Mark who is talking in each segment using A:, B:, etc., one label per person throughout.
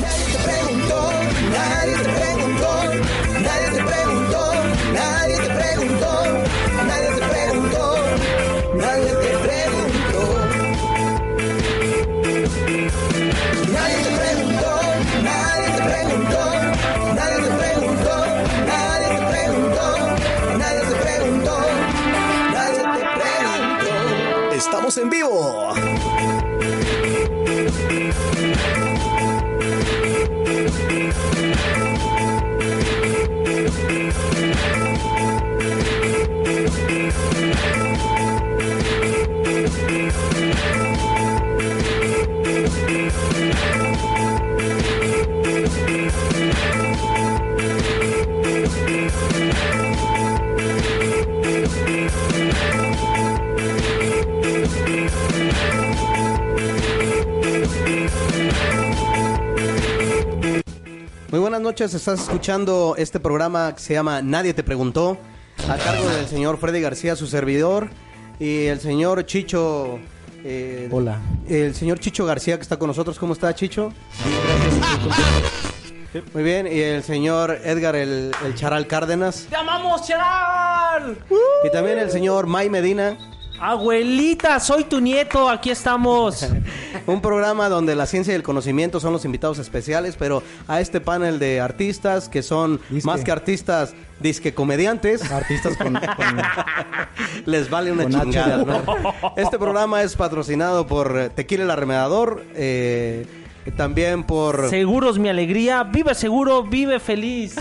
A: Nadie te preguntó, nadie te preguntó, nadie te preguntó, nadie te preguntó, nadie te preguntó, nadie te preguntó. Nadie te preguntó, nadie te preguntó, nadie te preguntó, nadie te preguntó, nadie te preguntó, nadie te preguntó.
B: Estamos en vivo.
C: Muy buenas noches, estás escuchando este programa que se llama Nadie te preguntó, a cargo del señor Freddy García, su servidor, y el señor Chicho... eh,
D: Hola.
C: El señor Chicho García que está con nosotros, ¿cómo está Chicho? Muy bien, y el señor Edgar, el, el Charal Cárdenas,
E: ¡Te amamos, Charal!
C: y también el señor May Medina,
E: Abuelita, soy tu nieto, aquí estamos.
C: un programa donde la ciencia y el conocimiento son los invitados especiales, pero a este panel de artistas que son
D: Disque.
C: más que artistas, disque comediantes.
D: Artistas con, con-
C: Les vale una
D: Con H.
C: chingada, ¿no? Este programa es patrocinado por eh, Tequila el Arremedador, eh, también por...
E: Seguros, mi alegría. Vive seguro, vive feliz.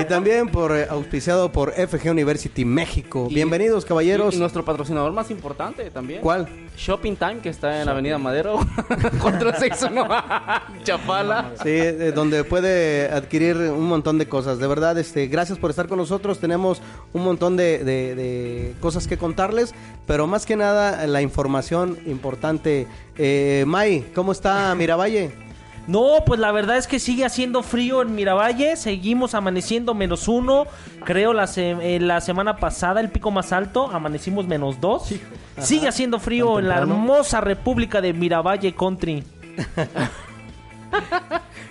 C: Y también por eh, auspiciado por FG University México.
F: Y-
C: Bienvenidos, caballeros.
F: Y, y nuestro patrocinador más importante también.
C: ¿Cuál?
F: Shopping Time, que está en la Avenida Madero, 46 no, Chapala.
C: Sí, eh, donde puede adquirir un montón de cosas. De verdad, este, gracias por estar con nosotros. Tenemos un montón de, de- de cosas que contarles, pero más que nada eh, la información importante. Eh, May, ¿cómo está Miravalle?
E: No, pues la verdad es que sigue haciendo frío en Miravalle. Seguimos amaneciendo menos uno. Creo la, se- eh, la semana pasada, el pico más alto, amanecimos menos dos. Sigue haciendo frío en la hermosa República de Miravalle Country.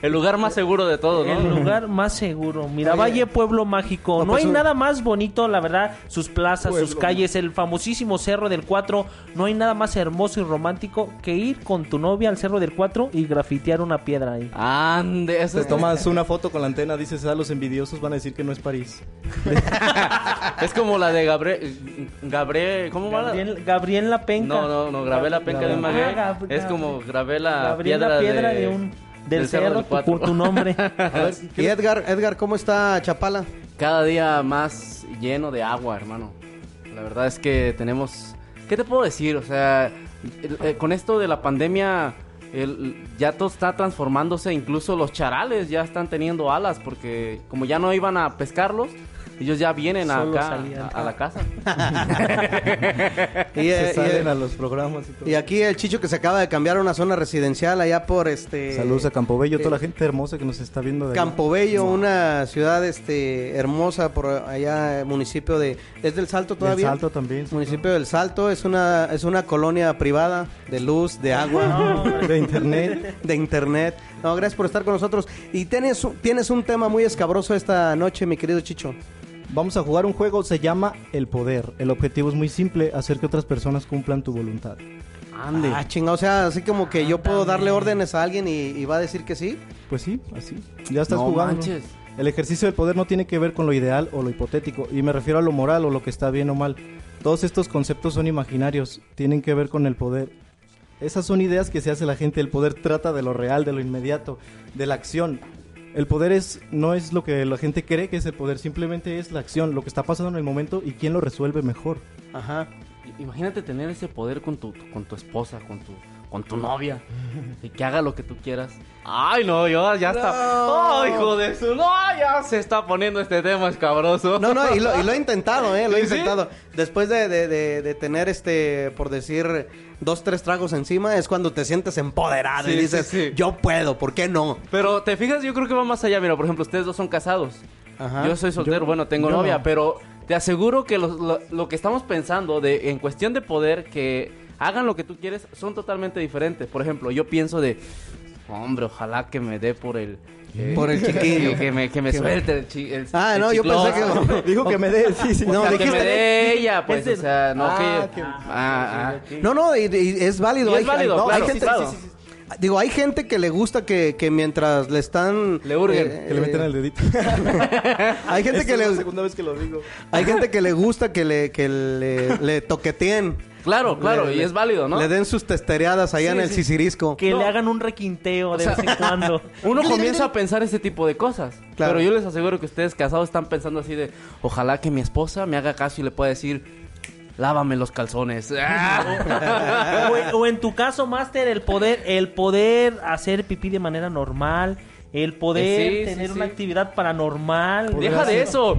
F: El lugar más seguro de todo,
E: El
F: ¿no?
E: lugar más seguro. Miravalle, pueblo mágico. No,
C: No, pues,
E: hay
C: un-
E: nada más bonito, la verdad. Sus plazas, sus calles, el famosísimo Cerro del Cuatro. No hay nada más hermoso y romántico que ir con tu novia al Cerro del Cuatro y grafitear una piedra ahí.
F: Ande, eso
D: te
F: es
D: tomas una foto con la antena, dices a los envidiosos van a decir que no es París.
F: Es como la de Gabriel. Gabriel, ¿cómo va la?
E: Gabriel, Gabriel La Penca.
F: No, no, no, grabé la penca de un
E: Gabriel.
F: maguey.
E: Ah, Gab-
F: es como grabé la
E: Gabriel
F: piedra,
E: La Piedra
F: de,
E: de un... Del cerro, tu-
F: Cuatro.
E: por tu nombre.
C: Y Edgar, Edgar, ¿cómo está Chapala?
F: Cada día más lleno de agua, hermano. La verdad es que tenemos... ¿Qué te puedo decir? O sea, el- eh, con esto de la pandemia, el- ya todo está transformándose. Incluso los charales ya están teniendo alas porque como ya no iban a pescarlos, ellos ya vienen
E: Solo
F: acá
E: salían.
F: a, a la casa.
C: Y, eh,
D: Se
C: y,
D: salen
C: eh,
D: a los programas y todo.
C: Y eh, aquí el Chicho que se acaba de cambiar a una zona residencial allá por este
D: Saludos a Campobello, toda la
C: eh,
D: gente hermosa que nos está viendo. De allá.
C: Campobello, una ciudad este hermosa por allá eh, municipio de es del Salto todavía.
D: Salto también, sí,
C: Municipio del Salto es una es una colonia privada de luz, de agua.
D: De internet.
C: De internet. No, gracias por estar con nosotros. Y tienes, un- tienes un tema muy escabroso esta noche, mi querido Chicho.
D: Vamos a jugar un juego, se llama El Poder. El objetivo es muy simple, hacer que otras personas cumplan tu voluntad.
F: Ande.
C: Ah, chinga, o sea, así como que yo puedo darle órdenes a alguien y, y va a decir que sí.
D: Pues sí, así. Ya estás
F: No
D: jugando.
F: manches.
D: El ejercicio del poder no tiene que ver con lo ideal o lo hipotético, y me refiero a lo moral o lo que está bien o mal. Todos estos conceptos son imaginarios, tienen que ver con el poder. Esas son ideas que se hace la gente. El poder trata de lo real, de lo inmediato, de la acción. El poder es no es lo que la gente cree que es el poder, simplemente es la acción, lo que está pasando en el momento y quién lo resuelve mejor.
C: Ajá.
F: Imagínate tener ese poder con tu, con tu esposa, con tu, con tu novia y que haga lo que tú quieras. Ay, no, yo ya está. ¡Oh, hijo de su! No, ya se está poniendo este tema escabroso.
C: No, no, y lo, y lo he intentado, ¿eh? Lo he
F: ¿Sí, sí?
C: intentado. Después de, de- de- de tener, este, por decir, dos, tres tragos encima, es cuando te sientes empoderado y
F: Sí,
C: dices,
F: sí, sí.
C: yo puedo, ¿por qué no?
F: Pero te fijas, yo creo que va más allá. Mira, por ejemplo, ustedes dos son casados.
C: Ajá.
F: Yo soy soltero, bueno, tengo
D: yo
F: novia,
D: no.
F: pero te aseguro que los- lo, lo que estamos pensando de en cuestión de poder, que hagan lo que tú quieres, son totalmente diferentes. Por ejemplo, yo pienso de, hombre, ojalá que me dé por el... eh,
C: Por el chiquillo.
F: Que me, que me suelte el, chi- el-
C: Ah,
F: el
C: no, yo pensé
F: chicloso.
C: que...
D: Dijo que me dé, sí, sí.
F: O
C: No,
F: sea, que me
C: dijiste-
F: dé ella, pues,
E: dijiste-
F: o sea, no
D: Ah,
F: que...
D: que-
F: ah, ah.
C: No, no, y, y es válido.
F: Y es
C: hay- hay-
F: válido,
C: no,
F: claro,
C: hay gente,
F: claro.
C: Digo, hay gente que le gusta que, que mientras le están... eh,
F: Le hurguen,
D: Que le meten el dedito.
C: Hay gente que
D: Esta es la
C: le...
D: segunda vez que lo digo.
C: Hay gente que le gusta que le, que le, le toqueteen.
F: Claro, claro,
C: Le-
F: y
C: le-
F: es válido, ¿no?
C: Le den sus testereadas allá
F: Sí,
C: en el
F: sí.
C: sisirisco.
E: Que le hagan un requinteo de vez en cuando.
F: Uno comienza a pensar ese tipo de cosas.
C: Claro.
F: Pero yo les aseguro que ustedes casados están pensando así de, ojalá que mi esposa me haga caso y le pueda decir, lávame los calzones. Ah.
E: o, en- o en tu caso, Master, el poder, el poder hacer pipí de manera normal, el poder
F: Eh, sí, sí,
E: tener
F: sí.
E: una actividad paranormal.
F: Deja de eso.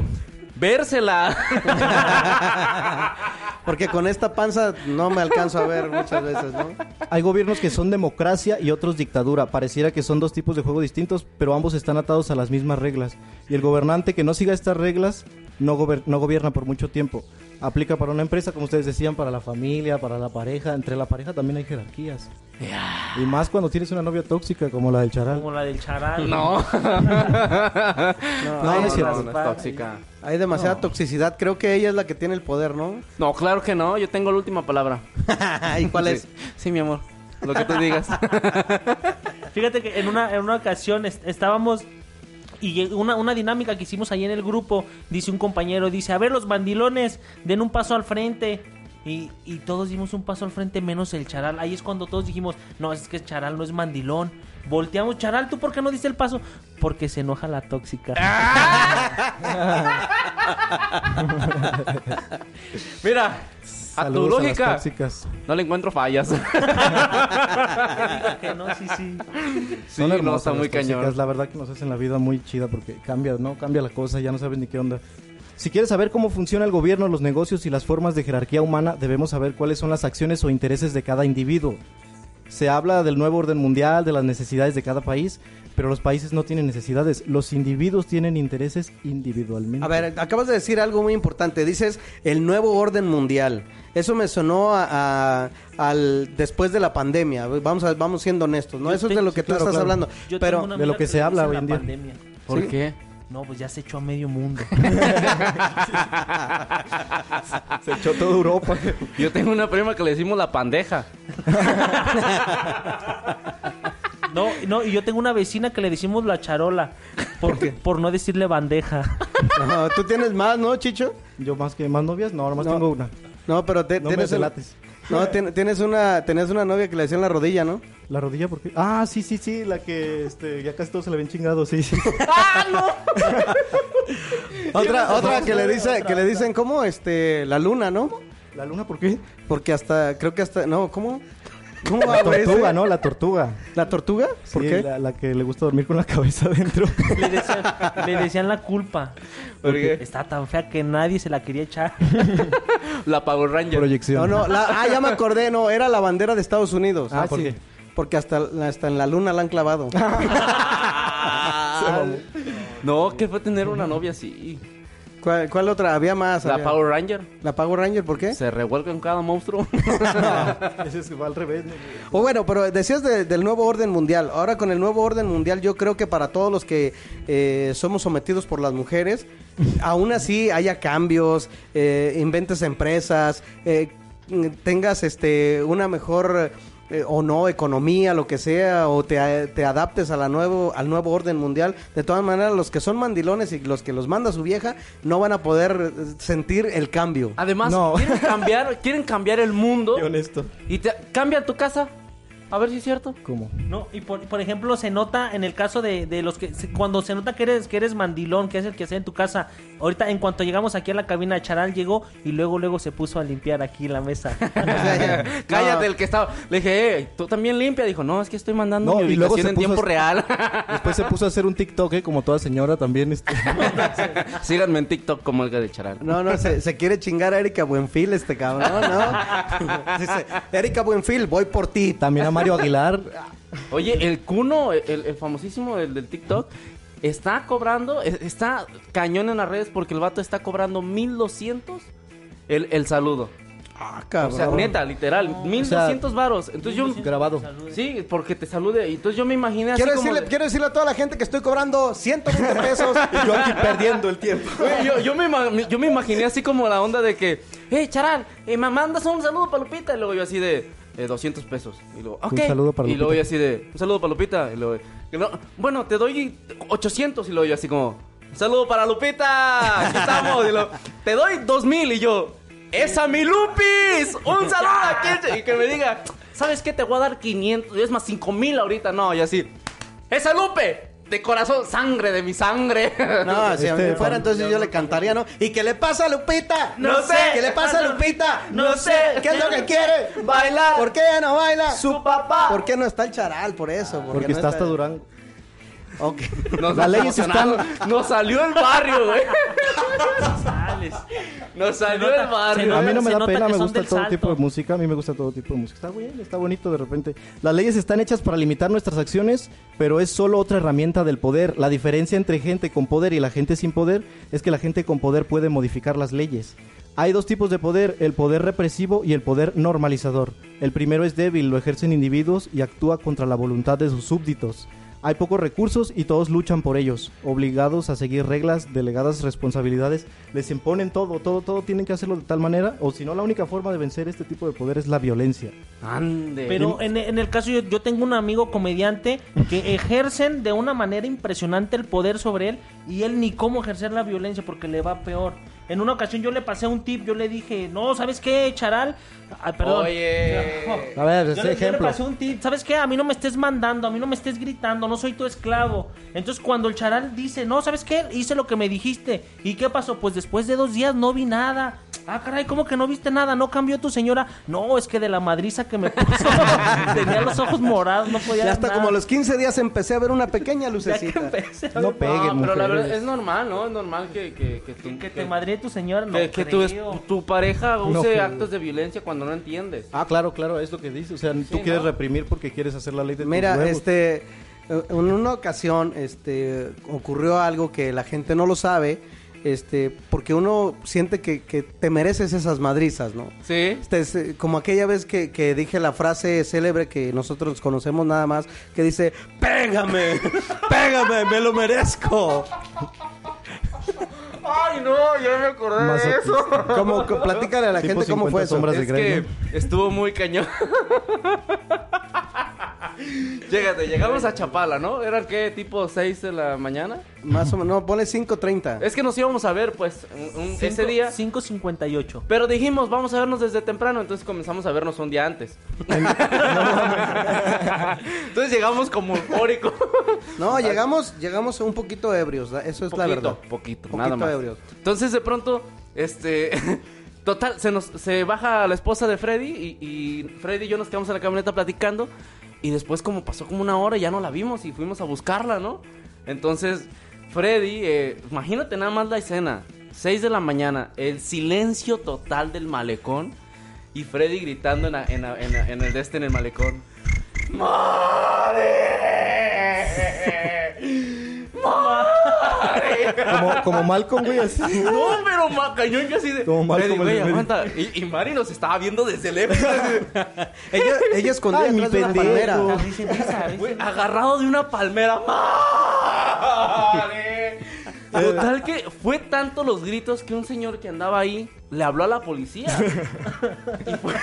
F: Vérsela.
C: Porque con esta panza no me alcanzo a ver muchas veces, ¿no?
D: Hay gobiernos que son democracia y otros dictadura. Pareciera que son dos tipos de juego distintos, pero ambos están atados a las mismas reglas. Y el gobernante que no siga estas reglas no, gober- no gobierna por mucho tiempo. Aplica para una empresa, como ustedes decían, para la familia, para la pareja. Entre la pareja también hay jerarquías. Y más cuando tienes una novia tóxica como la del charal.
E: Como la del charal.
F: No.
C: No,
D: no
C: hay-
D: es cierto.
F: no es tóxica.
C: Hay demasiada toxicidad. Creo que ella es la que tiene el poder, ¿no?
F: No, claro que no. Yo tengo la última palabra.
C: ¿Y cuál es?
F: Sí. Sí, mi amor. Lo que tú digas.
E: Fíjate que en una, en una ocasión est- estábamos y lleg- una, una dinámica que hicimos ahí en el grupo, dice un compañero, dice, a ver los bandilones, den un paso al frente. Y, y todos dimos un paso al frente menos el charal. Ahí es cuando todos dijimos, no, es que charal no es mandilón. Volteamos, charal, ¿tú por qué no diste el paso? Porque se enoja la tóxica.
F: Mira, a tu
D: Saludos a las
F: lógica.
D: tóxicas.
F: No le encuentro fallas.
E: Digo que no, sí, sí.
F: Sí,
D: Son
F: no,
D: hermosas
F: está
D: las
F: muy
D: tóxicas,
F: cañón.
D: La verdad que nos hacen la vida muy chida porque cambia, ¿no? Cambia la cosa, ya no sabes ni qué onda. Si quieres saber cómo funciona el gobierno, los negocios y las formas de jerarquía humana, debemos saber cuáles son las acciones o intereses de cada individuo. Se habla del nuevo orden mundial, de las necesidades de cada país, pero los países no tienen necesidades, los individuos tienen intereses individualmente.
C: A ver, acabas de decir algo muy importante. Dices el nuevo orden mundial. Eso me sonó a, a- al después de la pandemia. Vamos, a- vamos siendo honestos, ¿no?
E: Yo
C: Eso es
E: te-
C: de lo que
D: sí,
C: tú
D: claro,
C: estás
D: claro.
C: hablando.
E: Yo
C: Pero
E: tengo una
D: de
E: amiga
D: lo que se
E: le
D: habla
E: dice
D: hoy
E: la
D: en día.
E: pandemia.
F: ¿Por qué?
E: No, pues ya se echó a medio mundo.
D: se echó toda Europa.
F: Yo tengo una prima que le decimos la pandeja.
E: No, no, y yo tengo una vecina que le decimos la charola. Por, por no decirle bandeja.
C: No, tú tienes más, ¿no, Chicho?
D: Yo más que más novias, no, nomás
C: No.
D: Pues tengo una.
C: No, pero te-
D: No me
C: tienes un-
D: delates.
C: No, tien- tienes una, tienes una novia que le decían la rodilla, ¿no?
D: ¿La rodilla por qué? Ah, sí, sí, sí, la que este, ya casi todos se la ven chingado, sí, sí.
C: Otra, otra que le dice, que le dicen cómo, este, la luna, ¿no?
D: ¿La luna por qué?
C: Porque hasta, creo que hasta, no, ¿cómo? ¿Cómo
D: La
C: abre ese?
D: tortuga, ¿no? La tortuga.
C: ¿La tortuga? ¿Por
D: Sí,
C: qué?
D: La, la que le gusta dormir con la cabeza adentro.
E: Le decían, le decían la culpa. Porque está tan fea que nadie se la quería echar.
F: La Power Ranger.
C: No,
D: Proyección.
C: no, la- ah, ya me acordé, no, era la bandera de Estados Unidos.
D: Ah, ¿por
C: sí.
D: qué?
C: Porque hasta, la- hasta en la luna la han clavado.
F: Ah, no, que fue tener una novia así.
C: ¿Cuál, cuál otra? Había más.
F: La
C: había-
F: Power Ranger.
C: ¿La Power Ranger, ¿por
D: ¿Eh?
C: qué?
F: Se revuelca en cada monstruo.
D: Ese es que va al revés. ¿no?
C: O bueno, pero decías de- del nuevo orden mundial. Ahora con el nuevo orden mundial, yo creo que para todos los que eh, somos sometidos por las mujeres, aún así haya cambios, eh, inventes empresas, eh, mm, tengas este una mejor eh, o no economía, lo que sea, o te, a- te adaptes a la nuevo, al nuevo orden mundial. De todas maneras, los que son mandilones y los que los manda su vieja no van a poder eh, sentir el cambio.
F: Además,
D: No.
F: quieren cambiar, quieren cambiar el mundo.
D: Qué honesto.
F: Y te cambian tu casa. A ver si es cierto.
D: ¿Cómo?
E: No, y por, por ejemplo, se nota en el caso de, de los que. se- Cuando se nota que eres, que eres mandilón, que es el que hace en tu casa. Ahorita, en cuanto llegamos aquí a la cabina, Charal llegó y luego, luego se puso a limpiar aquí la mesa.
D: Eh,
F: Cállate, el que estaba. Le dije, eh, tú también limpia. Dijo, no, es que estoy mandando
D: No,
F: mi
D: y luego
F: ubicación
D: se
F: en
D: puso
F: tiempo
D: a-
F: real.
D: Después se puso a hacer un TikTok, ¿eh? como toda señora también. Este.
F: Síganme en TikTok como el de Charal.
C: No, no, se, se quiere chingar a Erika Buenfil este cabrón, ¿no? Dice, Erika Buenfil, voy por ti.
D: También a Mario Aguilar.
F: Oye, el cuno, el, el famosísimo el del TikTok, está cobrando, es- está cañón en las redes porque el vato está cobrando 1200 el, el saludo.
C: Ah,
F: O sea, neta, literal, 1200 varos. Entonces yo.
D: Grabado.
F: Sí, porque te salude. Y Entonces yo me imaginé así.
C: Quiero
F: como
C: decirle,
F: de-
C: quiero decirle a toda la gente que estoy cobrando 120 pesos.
D: Yo aquí perdiendo el tiempo.
F: Güey, yo, yo me, ima- me- yo me imaginé así como la onda de que, hey, charal, eh, me mandas un saludo para Lupita. Y luego yo así de, eh, 200 pesos. Y luego, ok.
D: Un saludo para
F: Y luego
D: Lupita.
F: yo así de, un saludo para Lupita. Y luego, que no, bueno, te doy 800. Y luego yo así como, un saludo para Lupita. Aquí estamos. Y luego, te doy 2000. Y yo, ¡Esa mi Lupis! ¡Un saludo aquí! Y que me diga, ¿sabes qué? Te voy a dar 500. Es más, 5000 ahorita. No, y así, ¡Esa Lupe! De corazón, sangre de mi sangre.
C: No, si a mí
D: Este,
C: fuera, entonces yo le cantaría, ¿no? ¿Y qué le pasa a Lupita?
F: No sé.
C: ¿Qué le pasa a Lupita?
F: No sé.
C: ¿Qué es lo que quiere?
F: Bailar.
C: ¿Por qué ella no baila?
F: Su papá.
C: ¿Por qué no está el charal? Por eso.
D: Porque
C: no
D: está hasta Durango.
C: Ok.
F: Nos,
D: Las leyes
F: emocionaron. Nos salió el barrio, güey.
E: Sales.
F: Nos salió
E: nota,
F: el
E: se
F: barrio.
D: A mí no
E: Se
D: me da
E: nota
D: pena,
E: que
D: me
E: son
D: gusta
E: del
D: todo
E: Salto.
D: tipo de música, a mí me gusta todo tipo de música. Está bien, está bonito de repente. Las leyes están hechas para limitar nuestras acciones, pero es solo otra herramienta del poder. La diferencia entre gente con poder y la gente sin poder es que la gente con poder puede modificar las leyes. Hay dos tipos de poder, el poder represivo y el poder normalizador. El primero es débil, lo ejercen individuos y actúa contra la voluntad de sus súbditos. Hay pocos recursos y todos luchan por ellos, obligados a seguir reglas, delegadas responsabilidades, les imponen todo, todo, todo tienen que hacerlo de tal manera, o si no, la única forma de vencer este tipo de poder es la violencia.
F: Ande.
E: Pero en, en el caso, yo, yo tengo un amigo comediante que ejercen de una manera impresionante el poder sobre él y él ni cómo ejercer la violencia porque le va peor. En una ocasión yo le pasé un tip, yo le dije, no, ¿sabes qué, Charal? Ah, perdón.
F: Oye.
D: A ver,
E: Yo le, yo le pasé un tip, ¿sabes qué? A mí no me estés mandando, a mí no me estés gritando, no soy tu esclavo. Entonces cuando el charal dice, no, ¿sabes qué? Hice lo que me dijiste. ¿Y qué pasó? Pues después de dos días no vi nada. Ah, caray, ¿cómo que no viste nada? ¿No cambió tu señora? No, es que de la madriza que me puso tenía los ojos morados, no
C: Ya
E: podía ver
C: hasta
E: nada.
C: como a los 15 días empecé a ver una pequeña
E: Ya que
C: lucecita.
E: empecé a-
D: No
E: que-
D: peguen,
F: No, pero la
D: mujeres.
F: verdad es normal, ¿no? Es normal que, que, que tú-
E: Que te madre tu señora, no
F: que- que tu,
E: creo.
F: tu pareja
D: No
F: use
D: creo.
F: actos de violencia cuando no entiendes.
D: Ah, claro, claro, es lo que dice, o sea, tú quieres reprimir porque quieres hacer la ley de tus
C: Mira,
D: huevos.
C: este, en una ocasión, este, ocurrió algo que la gente no lo sabe, este, porque uno siente que, que te mereces esas madrizas, ¿no?
F: Sí.
C: Este, es, eh, como aquella vez que, que dije la frase célebre que nosotros conocemos nada más, que dice, pégame, pégame, me lo merezco.
F: Ay, no, ya me acordé
D: Más o-
C: Como, co- platícale a la
D: Tipo
C: gente cómo fue
D: 50
C: eso.
D: sombras de
F: Es
D: Grey,
F: que estuvo muy cañón. Llégate, llegamos a Chapala, ¿no? ¿Eran qué? ¿Tipo 6 de la mañana?
C: Eh, Más o menos, no, ponle 5.30.
F: Es que nos íbamos a ver, pues, un- un-
E: Cinco-
F: ese día.
E: 5.58.
F: Pero dijimos, vamos a vernos desde temprano, entonces comenzamos a vernos un día antes. entonces llegamos como eufóricos.
C: No, llegamos, llegamos un poquito ebrios, ¿da? eso es la verdad.
F: Poquito,
C: Poquito
F: nada más.
C: ebrios.
F: Entonces de pronto, este... Total, se nos se baja la esposa de Freddy y, y Freddy y yo nos quedamos en la camioneta platicando y después como pasó como una hora ya no la vimos y fuimos a buscarla, ¿no? Entonces Freddy, eh, imagínate nada más la escena, 6 de la mañana, el silencio total del malecón y Freddy gritando en, la- en la- en la- en el de este en el malecón. ¡Madre!
D: Como, como Malcolm, güey, así.
F: No, pero ma- cañón yo así de.
D: Como mal,
F: Freddy,
D: como
F: güey,
D: el de Mary.
F: aguanta. Y, y Mari nos estaba viendo desde lejos. así de,
C: Ella, ella escondida
D: Ay, mi
C: detrás de una
D: pendejo.
C: palmera.
E: Dicen esa, dicen
F: güey, agarrado de una palmera. ¡Mare! Total que fue tanto los gritos que un señor que andaba ahí le habló a la policía. Y fue,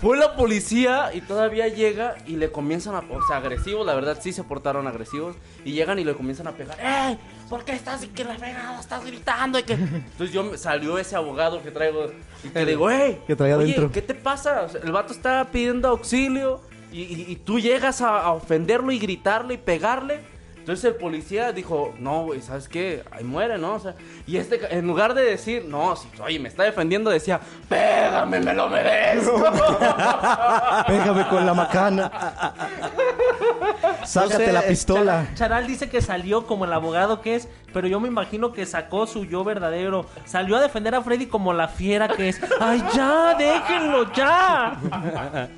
F: fue la policía y todavía llega y le comienzan a. O sea, agresivos, la verdad sí se portaron agresivos. Y llegan y le comienzan a pegar. ¡Ey! ¿Por qué estás y que la fregada estás gritando? Y que... Entonces yo me- salió ese abogado que traigo y que le digo, ¡Ey!
D: Que traía
F: oye,
D: adentro.
F: ¿Qué te pasa? O sea, el vato está pidiendo auxilio. y, y- y tú llegas a, a ofenderlo y gritarle y pegarle. Entonces el policía dijo, no, güey, ¿sabes qué? Ahí muere, ¿no? O sea, y este, ca- en lugar de decir, no, si, oye, me está defendiendo, decía, pégame, me lo merezco.
D: Pégame con la macana. Sácate
C: sé,
D: la
C: es-
D: pistola.
E: Cha- Charal dice que salió como el abogado que es, pero yo me imagino que sacó su yo verdadero. Salió a defender a Freddy como la fiera que es. ¡Ay, ya! ¡Déjenlo ya!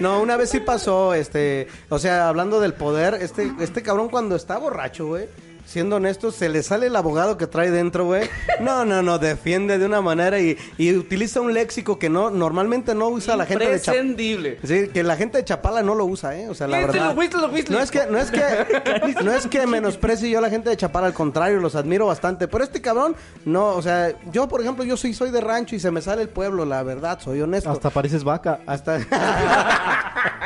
C: No, una vez sí pasó, este, o sea, hablando del poder, este, este cabrón cuando está borracho, güey, siendo honesto, se le sale el abogado que trae dentro, güey. No, no, no, defiende de una manera y, y utiliza un léxico que no, normalmente no usa la gente de Chapala.
F: Imprescindible.
C: Sí, que la gente de Chapala no lo usa, ¿eh? O sea, la
F: Huitziloc,
C: verdad.
F: huitziloc, huitziloc.
C: No es que, no es que, no es que menosprecie yo a la gente de Chapala, al contrario, los admiro bastante. Pero este cabrón, no, o sea, yo, por ejemplo, yo soy, soy de rancho y se me sale el pueblo, la verdad, soy honesto.
D: Hasta pareces vaca.
C: Hasta.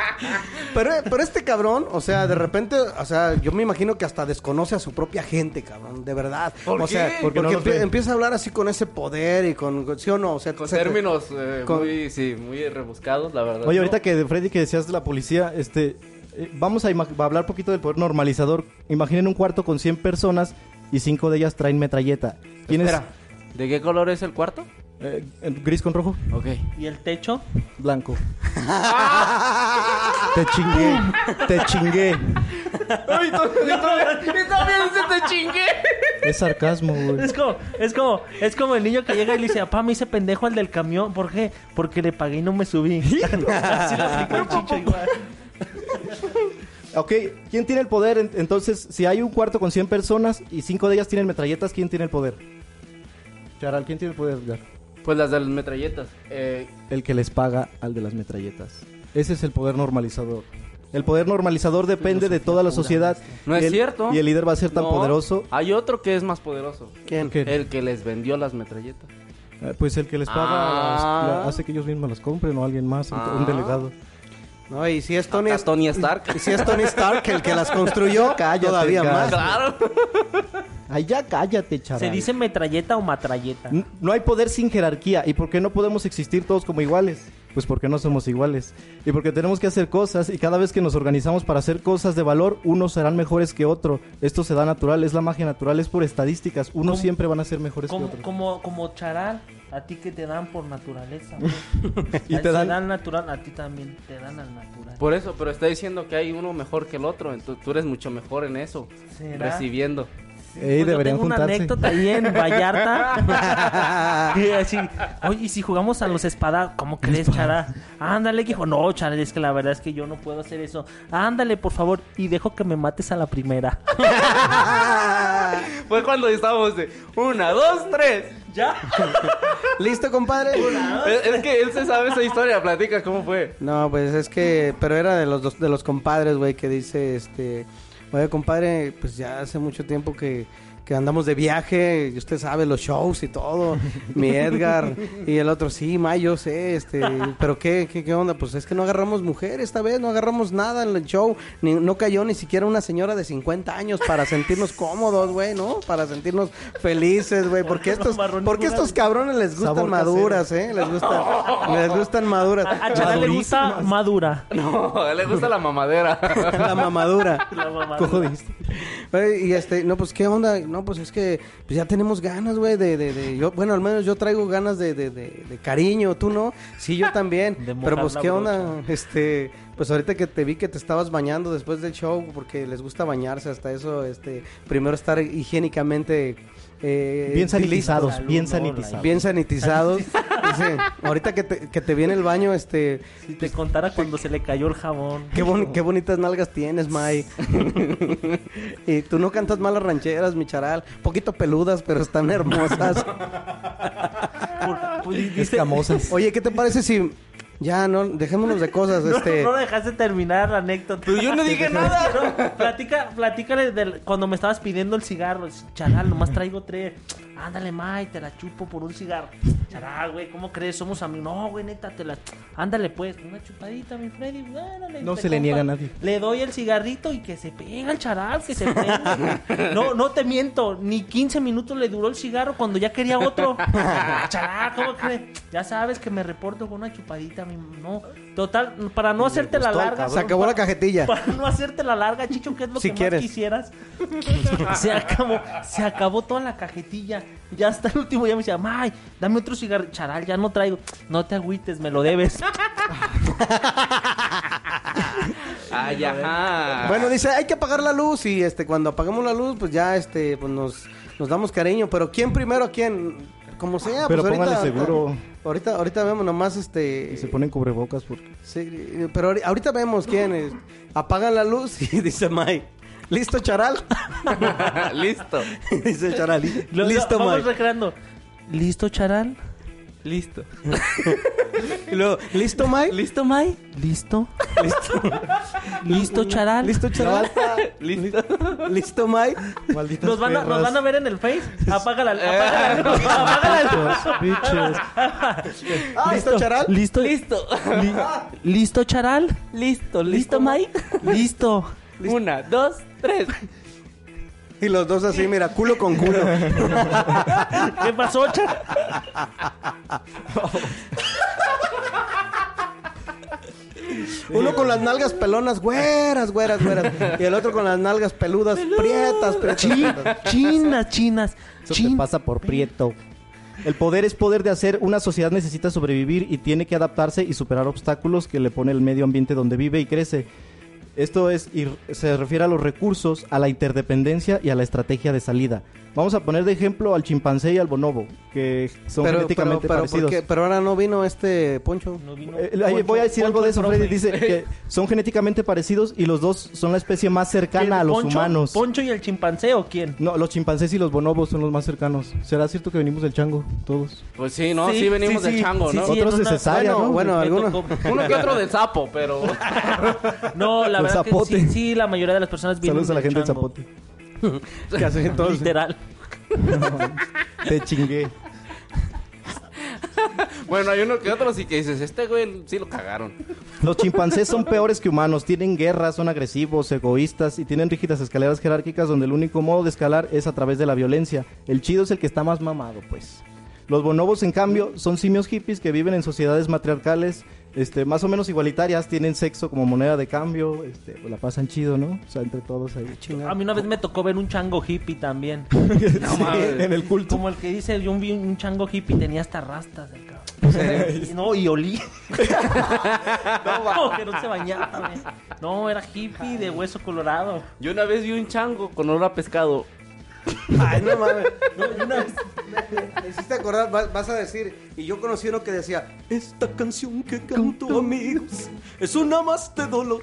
C: pero, pero este cabrón, o sea, de repente, o sea, yo me imagino que hasta desconoce a su propia gente, cabrón, de verdad.
F: ¿Por
C: o
F: qué?
C: sea,
D: Porque
C: porque,
D: no los
C: empie-
D: ve.
C: empieza a hablar así con ese poder y con. con- ¿Sí o no? O sea,
F: Con
C: se-
F: términos eh,
C: con-
F: muy, sí, muy rebuscados, la verdad.
D: Oye,
F: ¿no?
D: ahorita que de Freddy que decías de la policía, este, eh, vamos a, ima- a hablar poquito del poder normalizador. Imaginen un cuarto con 100 personas y cinco de ellas traen metralleta. ¿Quién es?
C: Espera.
F: ¿De qué color es el cuarto?
D: Eh, gris con rojo,
F: Ok.
E: ¿Y el techo?
D: blanco. te chingué, te chingué.
F: ¡Ay, todavía, todavía, todavía dice te chingué!
D: Es sarcasmo, güey.
E: Es como, es como, es como el niño que llega y le dice, papá, me hice pendejo al del camión. ¿Por qué? Porque le pagué y no me subí. Así lo aplicó el chicho igual.
D: Ok, ¿quién tiene el poder? En- Entonces, si hay un cuarto con 100 personas y cinco de ellas tienen metralletas, ¿quién tiene el poder? Charal, ¿quién tiene el poder? Edgar?
F: Pues las de las metralletas. Eh,
D: el que les paga al de las metralletas. Ese es el poder normalizador. El poder normalizador depende de toda la sociedad.
F: No es
D: Y el-
F: cierto.
D: Y el líder va a ser tan
F: no,
D: poderoso.
F: Hay otro que es más poderoso.
C: ¿Quién?
D: ¿Qué?
F: El que les vendió las metralletas.
D: Eh, Pues el que les paga
F: Ah.
D: las- la- hace que ellos mismos las compren o alguien más, un- un
F: Ah.
D: delegado.
C: No, y si es Tony.
F: Tony, Tony Stark.
C: y si es Tony Stark el que las construyó,
D: Cállate,
C: todavía
D: cállate.
C: más.
F: claro.
D: Ay, ya cállate, chaval.
E: ¿Se dice metralleta o matralleta?
D: N- No hay poder sin jerarquía. ¿Y por qué no podemos existir todos como iguales? Pues porque no somos iguales. Y porque tenemos que hacer cosas y cada vez que nos organizamos para hacer cosas de valor, unos serán mejores que otro. Esto se da natural, es la magia natural, es por estadísticas. Unos
E: ¿Cómo?
D: siempre van a ser mejores que
E: Como,
D: otros.
E: como, como charal, a ti que te dan por naturaleza. güey.
D: Y
E: A él
D: te
E: se
D: dan-
E: dan natural, a ti también te dan al natural.
F: Por eso, pero está diciendo que hay uno mejor que el otro. Entonces tú eres mucho mejor en eso.
E: ¿Será?
F: Recibiendo.
E: Pues
D: Ey,
E: yo
D: deberían
E: tengo una
D: juntarse.
E: anécdota ahí en Vallarta. que así, Oye, ¿y si jugamos a los espadas? ¿Cómo crees, Chara? Ándale, que dijo, no, Chara, es que la verdad es que yo no puedo hacer eso. Ándale, por favor, y dejo que me mates a la primera.
F: Fue cuando estábamos de una, dos, tres.
E: ¿Ya?
C: ¿Listo, compadre?
F: Es, es que él se sabe esa historia. Platica cómo fue.
C: No, pues es que, pero era de los dos, de los compadres, güey, que dice, este, oye, compadre, pues ya hace mucho tiempo que, que andamos de viaje, y usted sabe, los shows y todo, mi Edgar, y el otro, sí, ma, yo sé, este, pero qué, qué, qué onda, pues es que no agarramos mujer esta vez, no agarramos nada en el show, ni- no cayó ni siquiera una señora de 50 años para sentirnos cómodos, güey, ¿no? Para sentirnos felices, güey, porque
E: no
C: estos,
E: amarró
C: porque
E: ninguna
C: estos cabrones les gustan
D: Sabor casero.
C: maduras, ¿eh? Les gustan, les gustan maduras.
E: A, a Charal le gusta madura.
F: No, a él le gusta la mamadera.
C: la mamadura.
E: La mamá.
D: Cojo dijiste.
C: Güey, Y este, no, pues qué onda, no, pues es que pues, ya tenemos ganas, güey, de, de, de- yo, bueno, al menos yo traigo ganas de, de, de- de cariño, tú no, sí, yo también,
E: De mojar
C: pero pues
E: la
C: qué onda, este, pues ahorita que te vi que te estabas bañando después del show, porque les gusta bañarse hasta eso, este, primero estar higiénicamente... eh,
D: Bien
C: listos.
D: sanitizados, bien
E: Salud, no, la-
D: sanitizados.
C: Bien sanitizados. Sí, ahorita que te, que te vi en el baño, este,
E: Si te contara cuando se le cayó el jabón.
C: Qué, boni- qué bonitas nalgas tienes, May. y tú no cantas malas rancheras, mi charal. Poquito peludas, pero están hermosas.
E: Por- pues, dice-
D: Escamosas.
C: Oye, ¿qué te parece si ya no dejémonos de cosas,
E: No,
C: este?
E: no dejaste terminar la anécdota.
F: Pero yo no dije nada.
E: No, platica, platícale del- cuando me estabas pidiendo el cigarro. Charal, nomás traigo tres. Ándale, May, te la chupo por un cigarro. Charal, güey, ¿cómo crees? Somos amigos. No, güey, neta, te la. Ándale, pues, una chupadita, mi Freddy. Ándale,
D: No
E: te
D: se le
E: compa.
D: niega a nadie.
E: Le doy el cigarrito y que se pega el charal, que se prende. No, no te miento, ni 15 minutos le duró el cigarro cuando ya quería otro. Charal, ¿cómo crees? Ya sabes que me reporto con una chupadita, mi. No, Total, para no hacerte la
D: gustó al
E: larga.
D: cabrón.
B: Se acabó la cajetilla.
E: Para no hacerte la larga, Chicho, que es lo
B: Si
E: que
B: quieres.
E: más quisieras. se acabó, se acabó toda la cajetilla. Ya hasta el último ya me decía, ay, dame otro cigarro. Charal, ya no traigo. No te agüites, me lo debes.
F: Ay, ajá.
B: Bueno, dice, hay que apagar la luz y este cuando apagamos la luz, pues ya este pues nos, nos damos cariño, pero quién primero a quién como sea,
D: Pero
B: pues ahorita,
D: póngale seguro.
B: Ahorita ahorita vemos nomás este
D: Y se ponen cubrebocas porque...
B: sí, pero ahori- ahorita vemos quién es. Apagan la luz y dice Mike, ¿listo charal?
F: Listo.
B: dice charal, "Li-
E: Lo- lo-
B: listo
E: vamos
B: Mike.
E: recreando. ¿Listo, Charal? ¿Eh?
F: Listo.
B: Y luego, ¿listo Mike?
E: ¿Listo, May? ¿Listo? ¿Listo, Charal?
B: ¿Listo charal?
F: Listo.
B: ¿Listo Mike?
D: Malditas
E: Nos van, a, nos
D: perras.
E: van a ver en el Face. Apágala. Apágala. apágala.
D: Eh. Bichos,
B: Ah, ¿Listo charal?
E: ¿Listo?
F: Listo.
E: li- ¿Listo, Charal?
F: Listo.
E: ¿Listo, May? ¿Listo?
F: Una, dos, tres.
B: Y los dos así, mira, culo con culo.
E: ¿Qué pasó, Charal?
B: Uno con las nalgas pelonas, güeras, güeras, güeras. Y el otro con las nalgas peludas, prietas, prietas. prietas.
E: Chinas, chinas.
D: Eso te
E: chin-
D: pasa por prieto. El poder es poder de hacer. Una sociedad necesita sobrevivir y tiene que adaptarse y superar obstáculos que le pone el medio ambiente donde vive y crece. Esto es y se refiere a los recursos, a la interdependencia y a la estrategia de salida. Vamos a poner de ejemplo al chimpancé y al bonobo, que
B: Pero,
D: son
B: pero,
D: genéticamente
B: pero, ¿por
D: parecidos.
B: qué? pero ahora no vino este poncho.
E: No vino.
D: Eh, ahí voy a decir algo de eso, Freddy. Dice que son genéticamente parecidos y los dos son la especie más cercana a los
E: ¿Poncho-
D: humanos.
E: ¿Poncho y el chimpancé o quién?
D: No, los chimpancés y los bonobos son los más cercanos. ¿Será cierto que venimos del chango todos?
F: Pues sí, ¿no? Sí,
E: Sí,
F: venimos
E: sí,
F: del
E: sí.
F: chango,
E: Sí,
F: ¿no?
E: sí, en
D: Otros de
E: una-
D: cesárea,
B: bueno,
D: ¿no?
B: bueno,
E: Me
B: alguno.
E: tocó-
F: Uno que otro del sapo, pero.
E: No, la
D: Del
E: verdad que
D: zapote.
E: sí, sí, la mayoría de las personas vienen
D: Saludos a la gente del
E: chango.
D: zapote.
B: Que hacen todos-
E: Literal.
D: Te chingué.
F: Bueno, hay uno que otro sí que dices, este güey sí lo cagaron.
D: Los chimpancés son peores que humanos, tienen guerras, son agresivos, egoístas y tienen rígidas escaleras jerárquicas donde el único modo de escalar es a través de la violencia. El chido es el que está más mamado, pues. Los bonobos, en cambio, son simios hippies que viven en sociedades matriarcales, este, más o menos igualitarias, tienen sexo como moneda de cambio, este, pues la pasan chido, ¿no? O sea, entre todos ahí.
E: A mí una vez me tocó ver un chango hippie también.
D: Sí, en el culto.
E: Como el que dice, yo vi un chango hippie, tenía hasta rastas del cabrón. Y no, y olí. no, que no se bañaba. güey. No, era hippie de hueso colorado.
F: Yo una vez vi un chango con olor a pescado.
B: Ay, no mames. No, y una vez- me- me hiciste acordar, vas, vas a decir. Y yo conocí uno que decía: Esta canción que canto, amigos, es una más de dolor.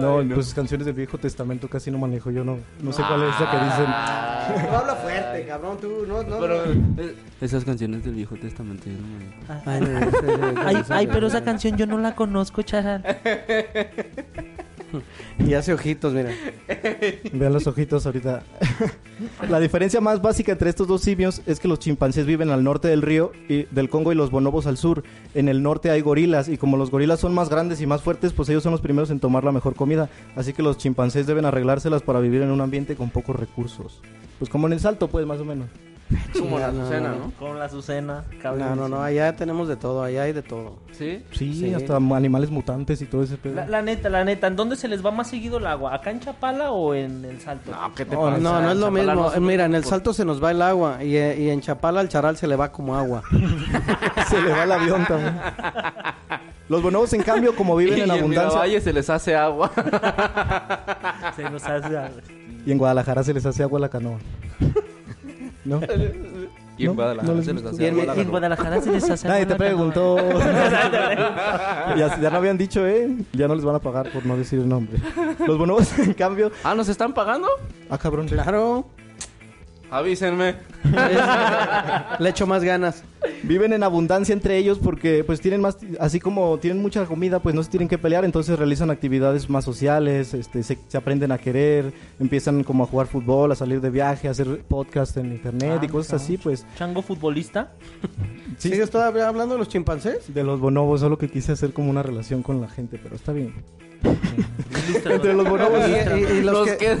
D: No, pues canciones del Viejo Testamento casi no manejo, yo no, no sé cuál es la que dicen.
B: No habla fuerte, cabrón, tú. No, no,
F: Ah. Pero
B: no.
F: eh, esas canciones del Viejo Testamento yo no me
E: Ah,
B: Ay, no, no, no, no, no,
E: Ay,
B: no,
E: ay,
B: no,
E: pero
B: no,
E: esa
B: no.
E: canción yo no la conozco, charal.
B: Y hace ojitos, mira.
D: Vean los ojitos ahorita. la diferencia más básica entre estos dos simios es que los chimpancés viven al norte del río y del Congo y los bonobos al sur. En el norte hay gorilas y como los gorilas son más grandes y más fuertes, pues ellos son los primeros en tomar la mejor comida. Así que los chimpancés deben arreglárselas para vivir en un ambiente con pocos recursos. Pues como en el salto, pues más o menos.
F: Como la
B: No, no,
F: Azucena,
B: no.
F: ¿no?
E: Con la Azucena.
B: No, no, no, allá tenemos de todo, allá hay de todo.
F: Sí.
D: Sí,
B: Sí.
D: hasta animales mutantes y todo ese pedo.
E: La, la neta, la neta, ¿en dónde se les va más seguido el agua? ¿Acá en Chapala o en el Salto?
F: No, ¿qué te
B: No,
F: pasa?
B: no, no es lo
F: Chapala
B: mismo.
F: no se-
B: Mira, en el salto se nos va el agua y, eh, y en Chapala al charal se le va como agua.
D: Se le va el avión también. Los bonobos, en cambio, como viven
F: Y
D: en abundancia...
F: Miravalle se les hace agua.
E: Se nos hace agua.
D: Y en Guadalajara se les hace agua a la canoa. ¿No?
F: y en
D: No,
F: Guadalajara
D: no les
F: se les
D: gusta.
F: hace
B: Y en-
F: agua.
B: y
E: En Guadalajara se les hace
D: Nadie
E: agua
D: te
E: la canoa.
D: preguntó. ya, ya no habían dicho, ¿eh? Ya no les van a pagar por no decir el nombre. Los bonobos, en cambio.
F: Ah, ¿nos están pagando?
D: Ah, cabrón.
B: Claro,
F: Avísenme.
B: le echo más ganas.
D: Viven en abundancia entre ellos porque, pues, tienen más. Así como tienen mucha comida, pues no se tienen que pelear. Entonces realizan actividades más sociales. Este, se, se aprenden a querer. Empiezan como a jugar fútbol, a salir de viaje, a hacer podcast en internet y cosas así, pues.
E: Chango futbolista.
D: Sí,
B: ¿Sigues todavía hablando de los chimpancés?
D: de los bonobos, solo que quise hacer como una relación con la gente, pero está bien.
E: Ilústranos.
D: Entre los bonobos.
B: Y, y- y los que-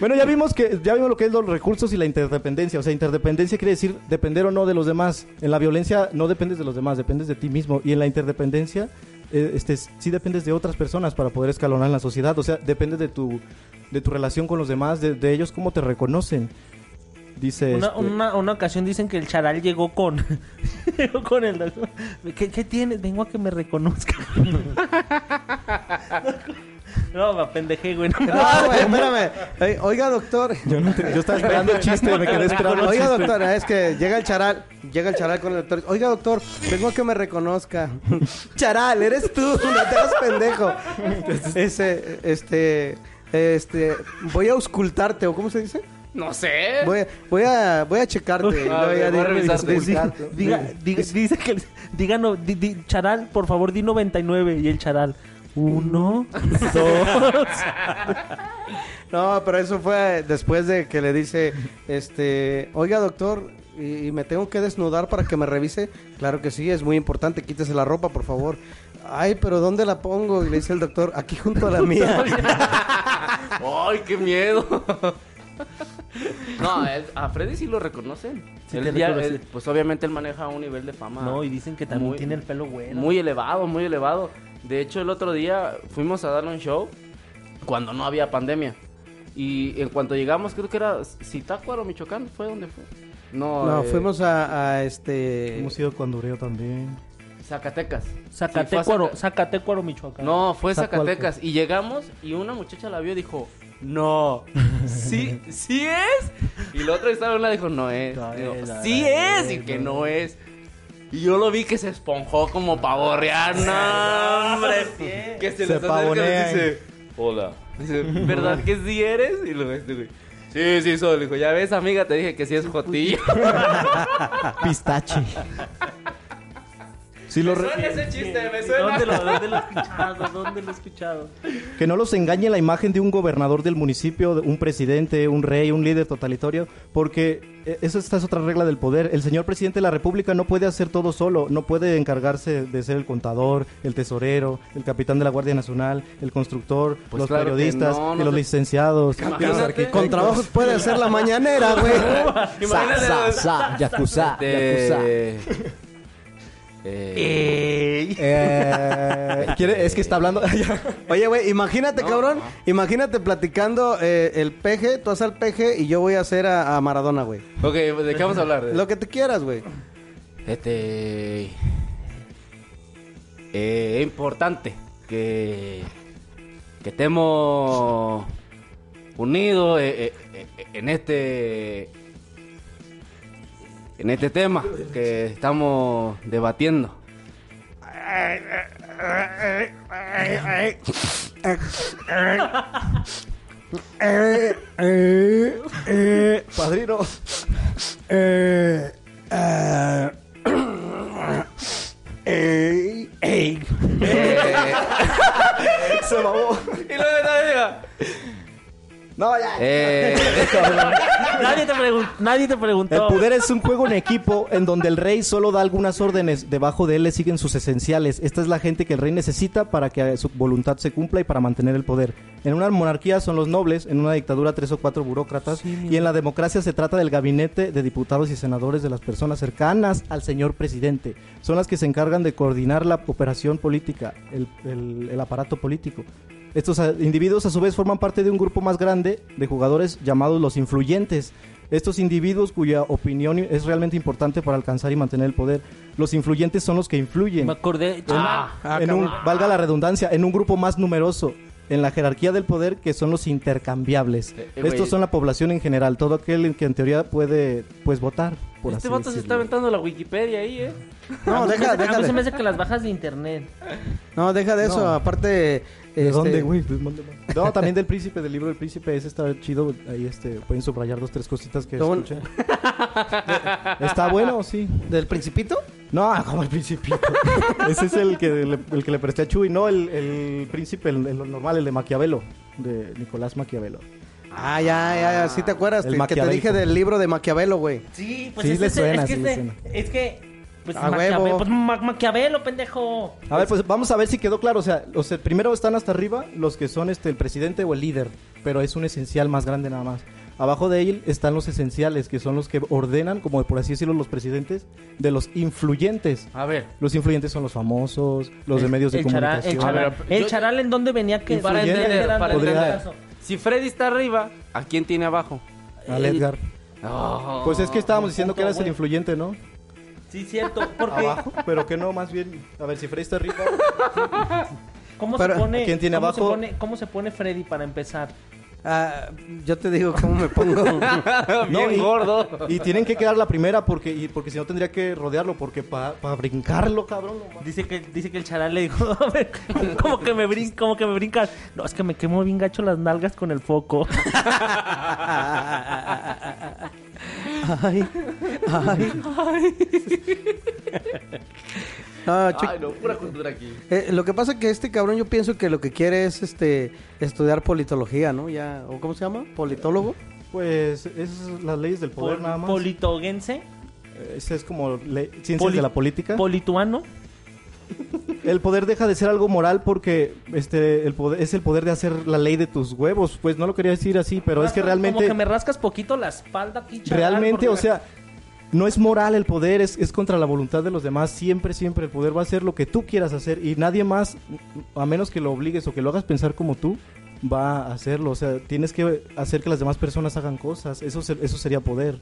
D: Bueno, ya vimos que ya vimos lo que es los recursos y la interdependencia. O sea, interdependencia quiere decir depender o no de los demás. En la violencia no dependes de los demás, dependes de ti mismo. Y en la interdependencia, eh, este, sí dependes de otras personas para poder escalonar en la sociedad. O sea, depende de tu, de tu relación con los demás, de, de ellos cómo te reconocen. Dice.
E: Una,
D: este,
E: una- una ocasión dicen que el charal llegó con. llegó con el doctor. ¿Qué, qué tienes? Vengo a que me reconozca. no, me pendejé, güey. No.
B: No, güey, espérame. Ey, Eh, Oiga, doctor.
D: Yo, no te- yo estaba esperando el chiste, me quedé esperando el
B: Oiga,
D: chiste.
B: doctor, es que llega el charal. Llega el charal con el doctor. Oiga, doctor, vengo a que me reconozca. charal, eres tú. No te hagas pendejo. Ese, este. Este, voy a auscultarte, ¿o cómo se dice?
F: No sé.
B: Voy a, voy a, voy a checarte.
F: Uy,
E: Ah,
B: No,
F: a ver,
B: ya
F: voy Ah, a
B: di-
F: revisarte.
B: di-
E: Diga,
B: di-
E: diga- diga- dice que. Diga, no, di- di- charal, por favor, di 99. Y el charal. Uno, dos.
B: No, pero eso fue después de que le dice, este, oiga doctor, y, y me tengo que desnudar para que me revise. Claro que sí, es muy importante, quítese la ropa, por favor. Ay, pero ¿dónde la pongo? Y le dice el doctor, aquí junto a la mía.
F: ¡Ay, qué miedo! no, él- a Freddy sí lo reconocen.
E: Sí
F: Él
E: te
F: ya-
E: reconoce.
F: él- pues obviamente él maneja un nivel de fama.
E: No, y dicen que también
F: Muy-
E: tiene el pelo güero.
F: Muy elevado, muy elevado. De hecho, el otro día fuimos a dar un show cuando no había pandemia. Y en cuanto llegamos, creo que era Zitácuaro, Michoacán, fue donde fue. No,
B: No,
F: eh,
B: fuimos a, a, este...
D: Hemos ido con Dureo también.
F: Zacatecas.
E: Zacatecuaro,
F: Sí, fue a Zaca-
E: Zacatecuaro, Michoacán.
F: No, fue
D: Zacualco.
F: Zacatecas. Y llegamos y una muchacha la vio y dijo, no, sí, sí es. Y la otra estaba una dijo, no es.
E: No
F: Digo,
E: es, no,
F: sí
E: no
F: es y
E: es,
F: que
E: no
F: no es. Y yo lo vi que se esponjó como pavorrear, no, hombre. Que se,
D: Se
F: les acerca y les
D: pavonean.
F: dice, hola. Dice, ¿verdad que sí eres? Y luego este güey. Sí, sí, soy. Le dijo, ya ves, amiga, te dije que sí es Jotillo.
D: Ah, Pistache. Sí, lo
F: Me
D: re-
F: suena ese chiste, me suena.
E: ¿Dónde lo, ¿Dónde lo he escuchado? ¿Dónde lo he escuchado?
D: Que no los engañe la imagen de un gobernador del municipio, de un presidente, un rey, un líder totalitario, porque eh, eso esta es otra regla del poder. El señor presidente de la República no puede hacer todo solo, no puede encargarse de ser el contador, el tesorero, el capitán de la Guardia Nacional, el constructor,
F: Pues
D: los
F: claro que
D: periodistas,
F: no,
D: y
F: no
D: los
F: te-
D: licenciados, y los
F: Imagínate.
D: arquitectos.
B: Con trabajos puede hacer la mañanera, güey.
F: Imagínate los-
G: sa, yakuza,
F: Este, eh,
D: Eh, ¿quiere- es que está hablando.
B: Oye, güey, imagínate, cabrón. Imagínate platicando eh, el peje, tú haces el peje y yo voy a hacer a, a Maradona, güey.
F: Ok, ¿de qué vamos a hablar?
B: Lo que te quieras, güey.
F: Este. eh, es importante que. Que estemos unidos eh, eh, eh, en este. En este tema que estamos debatiendo.
D: Padrino. Se mamó.
F: Y luego todavía.
D: No, ya.
F: Eh,
E: Nadie te, pregun- nadie te
D: El
E: preguntó.
D: poder es un juego en equipo en donde el rey solo da algunas órdenes, debajo de él le siguen sus esenciales. Esta es la gente que el rey necesita para que su voluntad se cumpla y para mantener el poder. En una monarquía son los nobles, en una dictadura tres o cuatro burócratas y en la democracia se trata del gabinete de diputados y senadores de las personas cercanas al señor presidente. Son las que se encargan de coordinar la operación política, el- el- el aparato político. Estos a- individuos a su vez forman parte de un grupo más grande de jugadores llamados los influyentes. Estos individuos cuya opinión es realmente importante para alcanzar y mantener el poder. Los influyentes son los que influyen.
E: Me acordé.
F: ah,
D: en un, valga la redundancia, en un grupo más numeroso. En la jerarquía del poder que son los intercambiables.
F: Eh, eh, güey.
D: Estos son la población en general, todo aquel que en teoría puede pues votar. Por
F: este
D: así
F: vato se está
D: decirlo.
F: aventando la Wikipedia ahí, eh.
B: No, deja,
E: A mí se me
B: déjale.
E: hace que las bajas de internet.
B: No, deja de eso. Aparte.
D: ¿De dónde,
B: este,
D: güey? Pues, mande más. No, también del príncipe, del libro del príncipe, ese está chido. Ahí este, pueden subrayar dos, tres cositas que
B: Está bueno.
D: escuché. está bueno, sí.
B: ¿Del Principito?
D: No, como el principito. ese es el que, le, el que le presté a Chuy, no el, el príncipe, el, el normal, el de Maquiavelo, de Nicolás Maquiavelo.
B: Ah, ya, ya, ya, sí te acuerdas.
D: El
B: te- que te
D: maquiavélico.
B: dije del libro de Maquiavelo, güey.
E: Sí, pues
D: Sí,
E: es,
D: le
E: ese-
D: suena,
E: es que
D: sí, le
E: este-
D: suena.
E: es que pues,
B: A
E: Maquiavelo,
B: huevo.
E: pues, Ma- Maquiavelo, pendejo.
D: A ver, pues vamos a ver si quedó claro. O sea, los, eh, primero están hasta arriba los que son este, el presidente o el líder, pero es un esencial más grande nada más. Abajo de él están los esenciales, que son los que ordenan, como por así decirlo, los presidentes de los influyentes.
F: A ver.
D: Los influyentes son los famosos, los de medios de
E: el charal,
D: comunicación.
E: el charal.
F: A ver,
E: ¿El
F: yo-
E: charal en dónde venía que
F: Y para
E: venía que
F: entender,
E: era
F: para
E: el
D: entender.
E: caso?
F: Si Freddy está arriba, ¿a quién tiene abajo? Eh,
D: Al Edgar.
F: Oh, No.
D: Pues es que estábamos diciendo que
E: punto,
D: eres el
E: güey.
D: influyente, ¿no?
E: Sí, cierto, porque
D: Abajo, pero que no, más bien. A ver, si Freddy está arriba.
E: ¿cómo
B: Pero,
E: se pone
D: ¿quién tiene
E: cómo Se
D: abajo?
E: pone, ¿Cómo se pone Freddy para empezar?
B: Ah, yo te digo cómo me pongo.
F: Bien
D: No, y-
F: gordo.
D: Y tienen que quedar la primera porque, y porque si no tendría que rodearlo, porque para brincarlo, cabrón. no mames.
E: Dice que dice que el charal le dijo, a ver, como que me brinca, como que me brincas. No, es que me quemo bien gacho las nalgas con el foco.
B: Ay, ay. No, chico,
F: Ay, no, pura cultura aquí.
B: eh, lo que pasa es que este cabrón yo pienso que lo que quiere es este estudiar politología, ¿no? Ya, ¿o cómo se llama? Politólogo.
D: Pues esas son las leyes del poder
E: Pol-
D: nada más.
E: Politoguense,
D: Ese es como le- ciencias
E: Poli-
D: de la política.
E: polituano.
D: el poder deja de ser algo moral porque este el poder, es el poder de hacer la ley de tus huevos. Pues no lo quería decir así, pero es que
E: Rasca-
D: realmente
E: como que me rascas poquito la espalda aquí, charal,
D: realmente,
E: porque-
D: o sea, no es moral el poder, es, es contra la voluntad de los demás. Siempre, siempre el poder va a hacer lo que tú quieras hacer y nadie más, a menos que lo obligues o que lo hagas pensar como tú, va a hacerlo. O sea, tienes que hacer que las demás personas hagan cosas. Eso, se- eso sería poder.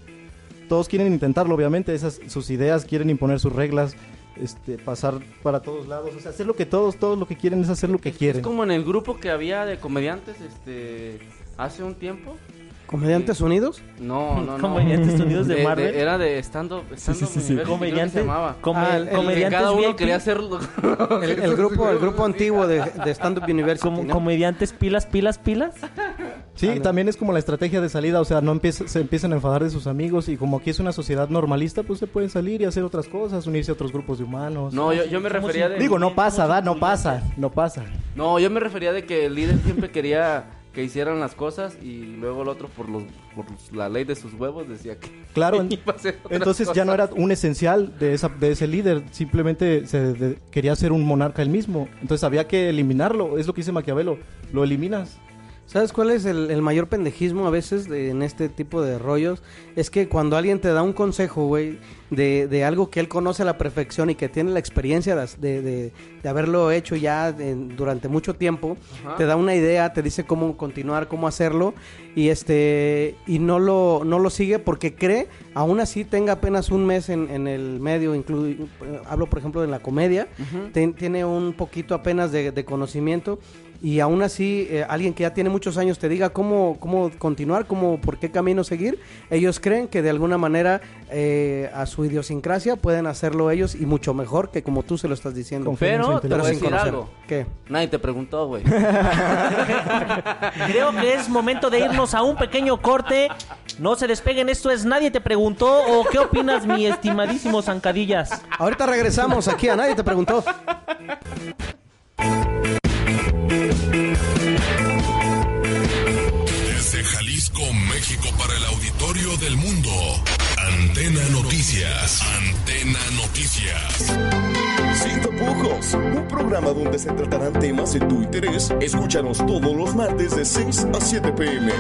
D: Todos quieren intentarlo, obviamente, esas sus ideas, quieren imponer sus reglas, este, pasar para todos lados, o sea, hacer lo que todos, todos lo que quieren es hacer lo que
F: Es
D: quieren.
F: como en el grupo que había de comediantes, este, hace un tiempo.
B: ¿Comediantes
F: Sí.
B: Unidos?
F: No, no, no.
E: Comediantes Unidos de Marvel.
F: Era de estando, estando
D: sí, sí.
E: comediante,
F: se llamaba.
E: come-
B: Ah, el- el-
F: Que
E: comediantes
F: cada uno
E: VIP,
F: quería hacerlo.
B: El, el grupo, el grupo antiguo de, de Stand Up University.
E: como-
B: ¿no?
E: comediantes pilas, pilas, pilas.
D: Sí, también es como la estrategia de salida, o sea, no empieza- se empiezan a enfadar de sus amigos y como aquí es una sociedad normalista, pues se pueden salir y hacer otras cosas, unirse a otros grupos de humanos.
F: No, yo, yo me
E: Somos
F: refería de...
D: digo, no pasa, da, no pasa, no pasa.
F: No, yo me refería de que el líder siempre quería que hicieran las cosas y luego el otro por los por la ley de sus huevos decía que
D: Claro, en-
F: iba a hacer otras
D: entonces ya
F: cosas.
D: no era un esencial de esa de ese líder, simplemente se de- quería ser un monarca él mismo. Entonces había que eliminarlo, es lo que dice Maquiavelo, lo eliminas.
B: ¿Sabes cuál es el, el mayor pendejismo a veces de- en este tipo de rollos? Es que cuando alguien te da un consejo, güey, de, de algo que él conoce a la perfección y que tiene la experiencia de, de- de- de haberlo hecho ya de- durante mucho tiempo,
F: Ajá.
B: te da una idea, te dice cómo continuar, cómo hacerlo, y este y no lo, no lo sigue porque cree, aún así tenga apenas un mes en, en el medio, inclu- eh, hablo por ejemplo de la comedia, ten- tiene un poquito apenas de, de conocimiento y aún así eh, alguien que ya tiene muchos años te diga cómo, cómo continuar, cómo, por qué camino seguir, ellos creen que de alguna manera eh, a su idiosincrasia pueden hacerlo ellos y mucho mejor que como tú se lo estás diciendo.
D: Confío.
F: Pero te voy a
B: Pero sin
F: decir
B: conocer.
F: algo.
B: ¿Qué?
F: Nadie te preguntó, güey.
E: Creo que es momento de irnos a un pequeño corte. No se despeguen, esto es Nadie te preguntó o qué opinas mi estimadísimo Zancadillas.
B: Ahorita regresamos aquí a nadie te preguntó.
G: Desde Jalisco, México, para el auditorio del mundo. Antena Noticias. Antena Noticias.
H: Sin tapujos, un programa donde se tratarán temas de tu interés. Escúchanos todos los martes de 6 a 7 pm.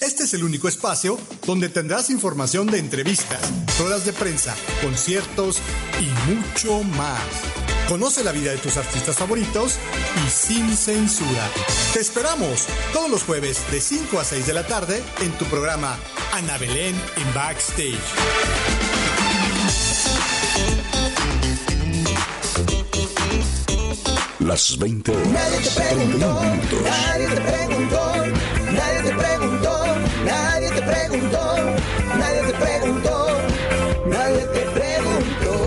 I: Este es el único espacio donde tendrás información de entrevistas, ruedas de prensa, conciertos y mucho más. Conoce la vida de tus artistas favoritos y sin censura. Te esperamos todos los jueves de 5 a 6 de la tarde en tu programa Ana Belén en Backstage.
J: Las 20 horas.
A: Nadie te preguntó, nadie te preguntó, nadie te preguntó, nadie te preguntó, nadie te preguntó, nadie te preguntó.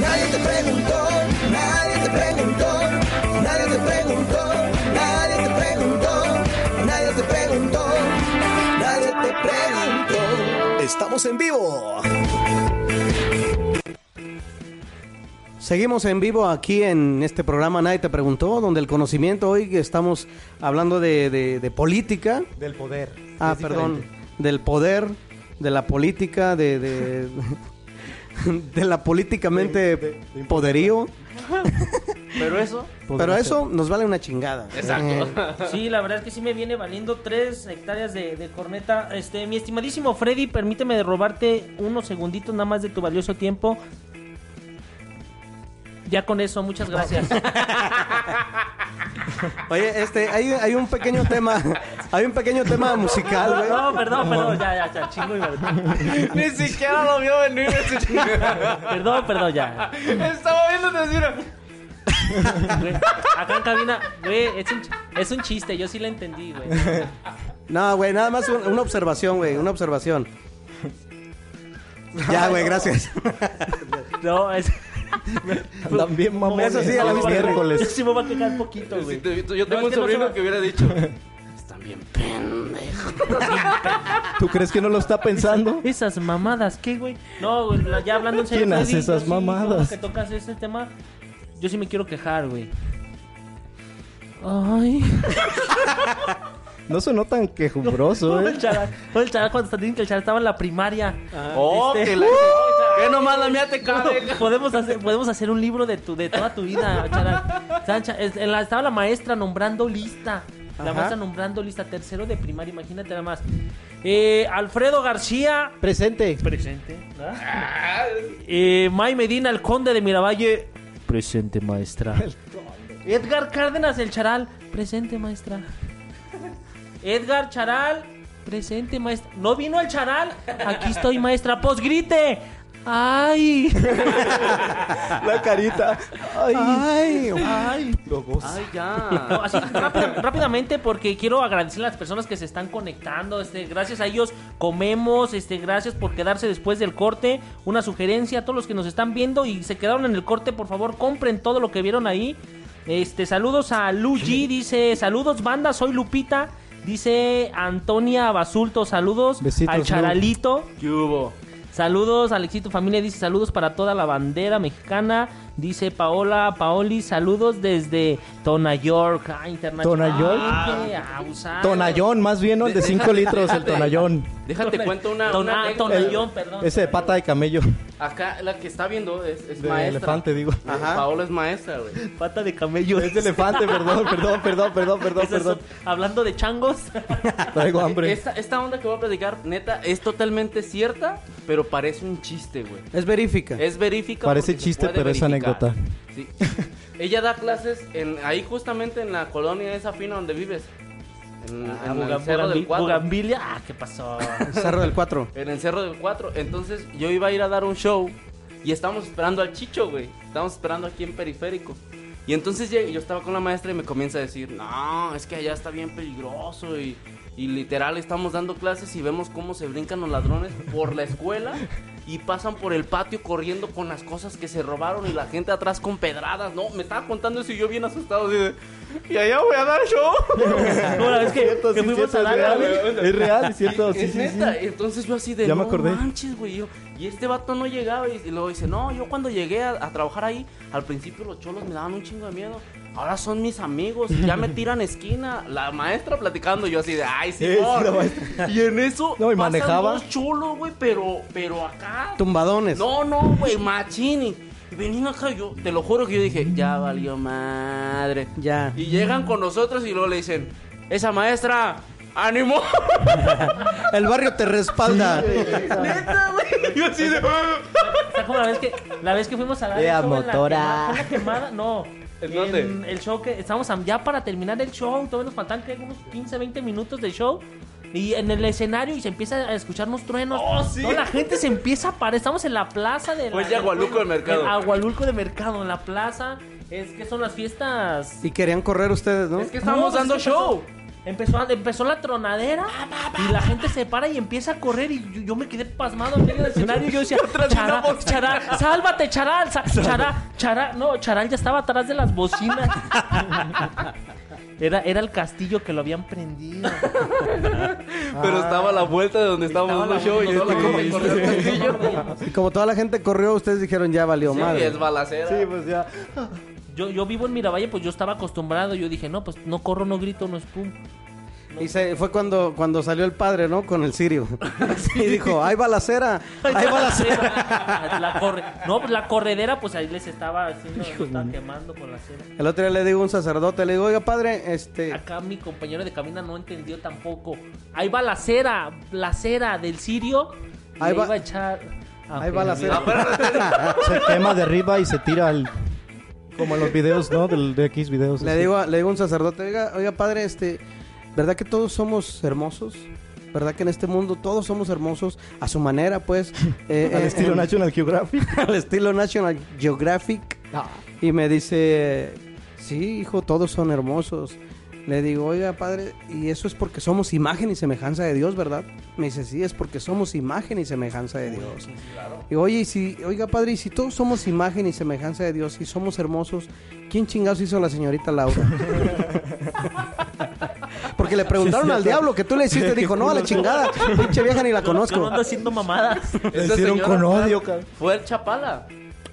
A: Nadie te preguntó, nadie te preguntó, nadie te preguntó, nadie te preguntó, nadie te preguntó, nadie te preguntó.
H: Estamos en vivo.
B: Seguimos en vivo aquí en este programa Nadie te preguntó, donde el conocimiento hoy estamos hablando de, de- de política.
D: Del poder.
B: Ah, perdón, del poder, de la política, de, de, de la políticamente
D: De- de- de impotencia.
B: poderío.
F: Pero eso,
B: Pero eso nos vale una chingada. Exacto.
E: Sí, la verdad es que sí me viene valiendo tres hectáreas de, de corneta. Este, mi estimadísimo Freddy, permíteme robarte unos segunditos nada más de tu valioso tiempo. Ya con eso, muchas gracias.
B: Oye, este, hay, hay un pequeño tema, hay un pequeño tema musical, güey.
E: No, perdón, perdón, ya, ya, ya, chingo y madre.
F: ni siquiera lo vio venir ese chingado.
E: Perdón, perdón, ya.
F: Estaba viendo así, mira.
E: Güey, acá en cabina, güey, es un, ch- es un chiste, yo sí la entendí, güey.
B: No, güey, nada más un- una observación, güey, una observación. Ya, güey, gracias.
E: No, es.
D: También mamones.
B: Eso sí, a la
D: los
B: vista, güey.
E: Yo
D: miércoles.
E: sí me va a quejar poquito, güey. No,
F: Yo tengo
E: es
F: un
E: que no se
F: sobrino
E: va-
F: que hubiera dicho.
D: ¿Tú crees que no lo está pensando?
E: Esas mamadas, ¿qué, güey? No, güey, la- ya hablando en serio.
D: ¿Quién hace
E: Freddy,
D: esas
E: yo sí, ahora
D: mamadas?
E: que tocas ese tema, yo sí me quiero quejar, güey. Ay.
D: No sonó tan
E: Todo
D: quejumbroso,
E: el
D: ¿eh?
E: charal. Todo el charal cuando diciendo que el charal estaba en la primaria.
F: Oh,
E: Este-
F: que la. Que nomás la mía te cabe.
E: Podemos hacer, podemos hacer un libro de tu, de toda tu vida, charal. Sancha, es- en la- estaba la maestra nombrando lista. La
B: Ajá.
E: maestra nombrando lista, tercero de primaria, imagínate nada más. Eh, Alfredo García,
D: Presente.
E: Presente. Eh, May Medina, el conde de Miravalle. Presente, maestra. Edgar Cárdenas, el charal. Presente, maestra. Edgar Charal. Presente, maestra. ¿No vino el charal? Aquí estoy, maestra. Pues grite. ¡Ay!
D: La carita. Ay. Ay. Lo goza.
F: Ay, ya.
E: No, así rápida- rápidamente porque quiero agradecer a las personas que se están conectando. Este, gracias a ellos comemos. Este, gracias por quedarse después del corte. Una sugerencia a todos los que nos están viendo y se quedaron en el corte, por favor, compren todo lo que vieron ahí. Este, saludos a Luigi, dice, saludos banda, soy Lupita. Dice Antonia Basulto, saludos
D: Besitos,
E: al
D: Lu.
E: Charalito.
F: ¿Qué hubo?
E: Saludos, Alexito Familia dice saludos para toda la bandera mexicana. Dice Paola Paoli, saludos desde Tona York. Ah, internacional.
D: ¿Tona York?
E: Ah, qué abusado.
D: Tonallón, más bien, ¿no? El de 5 litros, el tonallón.
F: Déjate cuento una.
E: Tona-
F: una anécdota.
E: Tona- Tonallón, perdón.
D: Ese de pata de camello.
F: Acá la que está viendo es, es
D: De
F: maestra.
D: elefante, digo.
F: Ajá. Paola es maestra, güey.
E: Pata de camello.
D: Es de elefante, perdón, perdón, perdón, perdón, perdón,
E: Esas son-
D: perdón.
E: hablando de changos.
D: Traigo hambre.
F: Esta, esta onda que voy a platicar, neta, es totalmente cierta, pero parece un chiste, güey.
B: Es verifica.
F: Es verifica.
D: Parece
F: porque se
D: chiste,
F: puede
D: pero es
F: verificar.
D: anécdota.
F: Sí. Ella da clases en, ahí justamente en la colonia esa fina donde vives. En,
E: Ah,
F: en el
E: Bugan-
F: Cerro del
E: Bugambi-
F: Cuatro.
E: Bugambilia. Ah, ¿qué pasó?
B: Cerro del 4.
F: En el Cerro del 4. Entonces yo iba a ir a dar un show y estábamos esperando al Chicho, güey. Estábamos esperando aquí en Periférico. Y entonces llega- yo estaba con la maestra y me comienza a decir, no, es que allá está bien peligroso y, y literal estamos dando clases y vemos cómo se brincan los ladrones por la escuela y pasan por el patio corriendo con las cosas que se robaron y la gente atrás con pedradas. No, me estaba contando eso y yo bien asustado. así de, y allá voy a dar show.
E: Como la vez que, que fuimos a
D: es
E: dar-
D: real, es real, es
F: Y-
D: cierto. Sí,
F: es
D: sí, sí.
F: neta. Entonces yo así de
D: Ya me
F: no
D: acordé.
F: manches, güey. yo- Y este vato no llegaba y, y luego dice, no, yo cuando llegué a, a trabajar ahí, al principio los cholos me daban un chingo de miedo. Ahora son mis amigos, ya me tiran esquina. La maestra platicando, yo así de, ay, sí,
D: Eh, sí, la
F: Y en eso,
D: No, y
F: pasan
D: manejaba.
F: dos cholos, güey, pero, pero acá.
B: Tumbadones.
F: No, no, güey, machini. Y venían acá, yo, te lo juro que yo dije, ya valió madre.
B: Ya.
F: Y llegan con nosotros y luego le dicen, esa maestra, ánimo.
B: El barrio te respalda.
F: Neta, güey. Yo así de.
E: Está como la vez que, la vez que fuimos a dar
D: Vea,
E: el show en la
D: motora.
E: quemada- fue en la quemada, no.
F: ¿En dónde?
E: el show que estábamos am- ya para terminar el show, todavía nos faltan creo, unos 15, 20 minutos de show. Y en el escenario y se empieza a escuchar unos truenos.
F: Oh, sí.
E: Toda la gente se empieza a parar. Estamos en la plaza de la-
F: Fue Yagualuco del Mercado.
E: En Agualulco de Mercado, en la plaza. Es que son las fiestas.
B: Y querían correr ustedes, ¿no?
F: Es que estábamos
E: No, pues
F: dando
E: es que
F: show. Ah,
E: Empezó, empezó, empezó la tronadera y la gente se para y empieza a correr y yo, yo me quedé pasmado en medio del escenario y yo decía,
F: de una
E: charal,
F: bocina".
E: charal, sálvate, charal, sa- charal, charal, no, charal ya estaba atrás de las bocinas. Era, era el castillo que lo habían prendido.
F: Pero estaba a la vuelta de donde estábamos
E: Estaba
F: dando
E: a la
F: show y
E: vuelta,
F: yo
E: estaba a la
F: como
E: vuelta.
F: corrió el castillo.
B: Y como toda la gente corrió, ustedes dijeron ya valió
F: Sí,
B: madre.
F: es balacera.
D: Sí, pues ya.
E: Yo, yo vivo en Miravalle, pues yo estaba acostumbrado, yo dije, no, pues no corro, no grito, no espum.
B: Y se- fue cuando, cuando salió el padre, ¿no? Con el sirio. Y dijo, ¡ay, balacera! ¡Ay, balacera!
E: La corre- No, pues la corredera, pues ahí les estaba haciendo, estaba quemando con la cera.
B: El otro día le digo a un sacerdote, le digo, oiga, padre, este...
E: Acá mi compañero de cabina no entendió tampoco. Ahí va la cera, la cera del sirio. y
B: Ahí
E: le
B: va-
E: iba a echar. Ah,
B: Ahí
E: ok,
B: va la
E: mira.
B: cera.
D: Se quema de arriba y se tira al... Como en los videos, ¿no? Del, de X videos.
E: pues
D: este,
B: Le
D: así.
B: digo, a- le digo a un sacerdote, oiga, oiga, padre, este, ¿verdad que todos somos hermosos? ¿Verdad que en este mundo todos somos hermosos a su manera, pues? Eh,
D: Al
B: eh,
D: estilo
B: eh,
D: National Geographic.
B: al estilo National Geographic. Y me dice, sí, hijo, todos son hermosos. Le digo, oiga, padre, y eso es porque somos imagen y semejanza de Dios, ¿verdad? Me dice, sí, es porque somos imagen y semejanza de Dios. Y oye, y si, oiga, padre, y si todos somos imagen y semejanza de Dios y somos hermosos, ¿quién chingados hizo la señorita Laura? porque le preguntaron al diablo que tú le hiciste, dijo, no, a la chingada, pinche vieja ni la
E: Yo no
B: conozco.
E: ando haciendo mamadas.
D: Le
F: Esa
D: hicieron
F: señora
D: con odio, cabrón.
F: Fue a Chapala.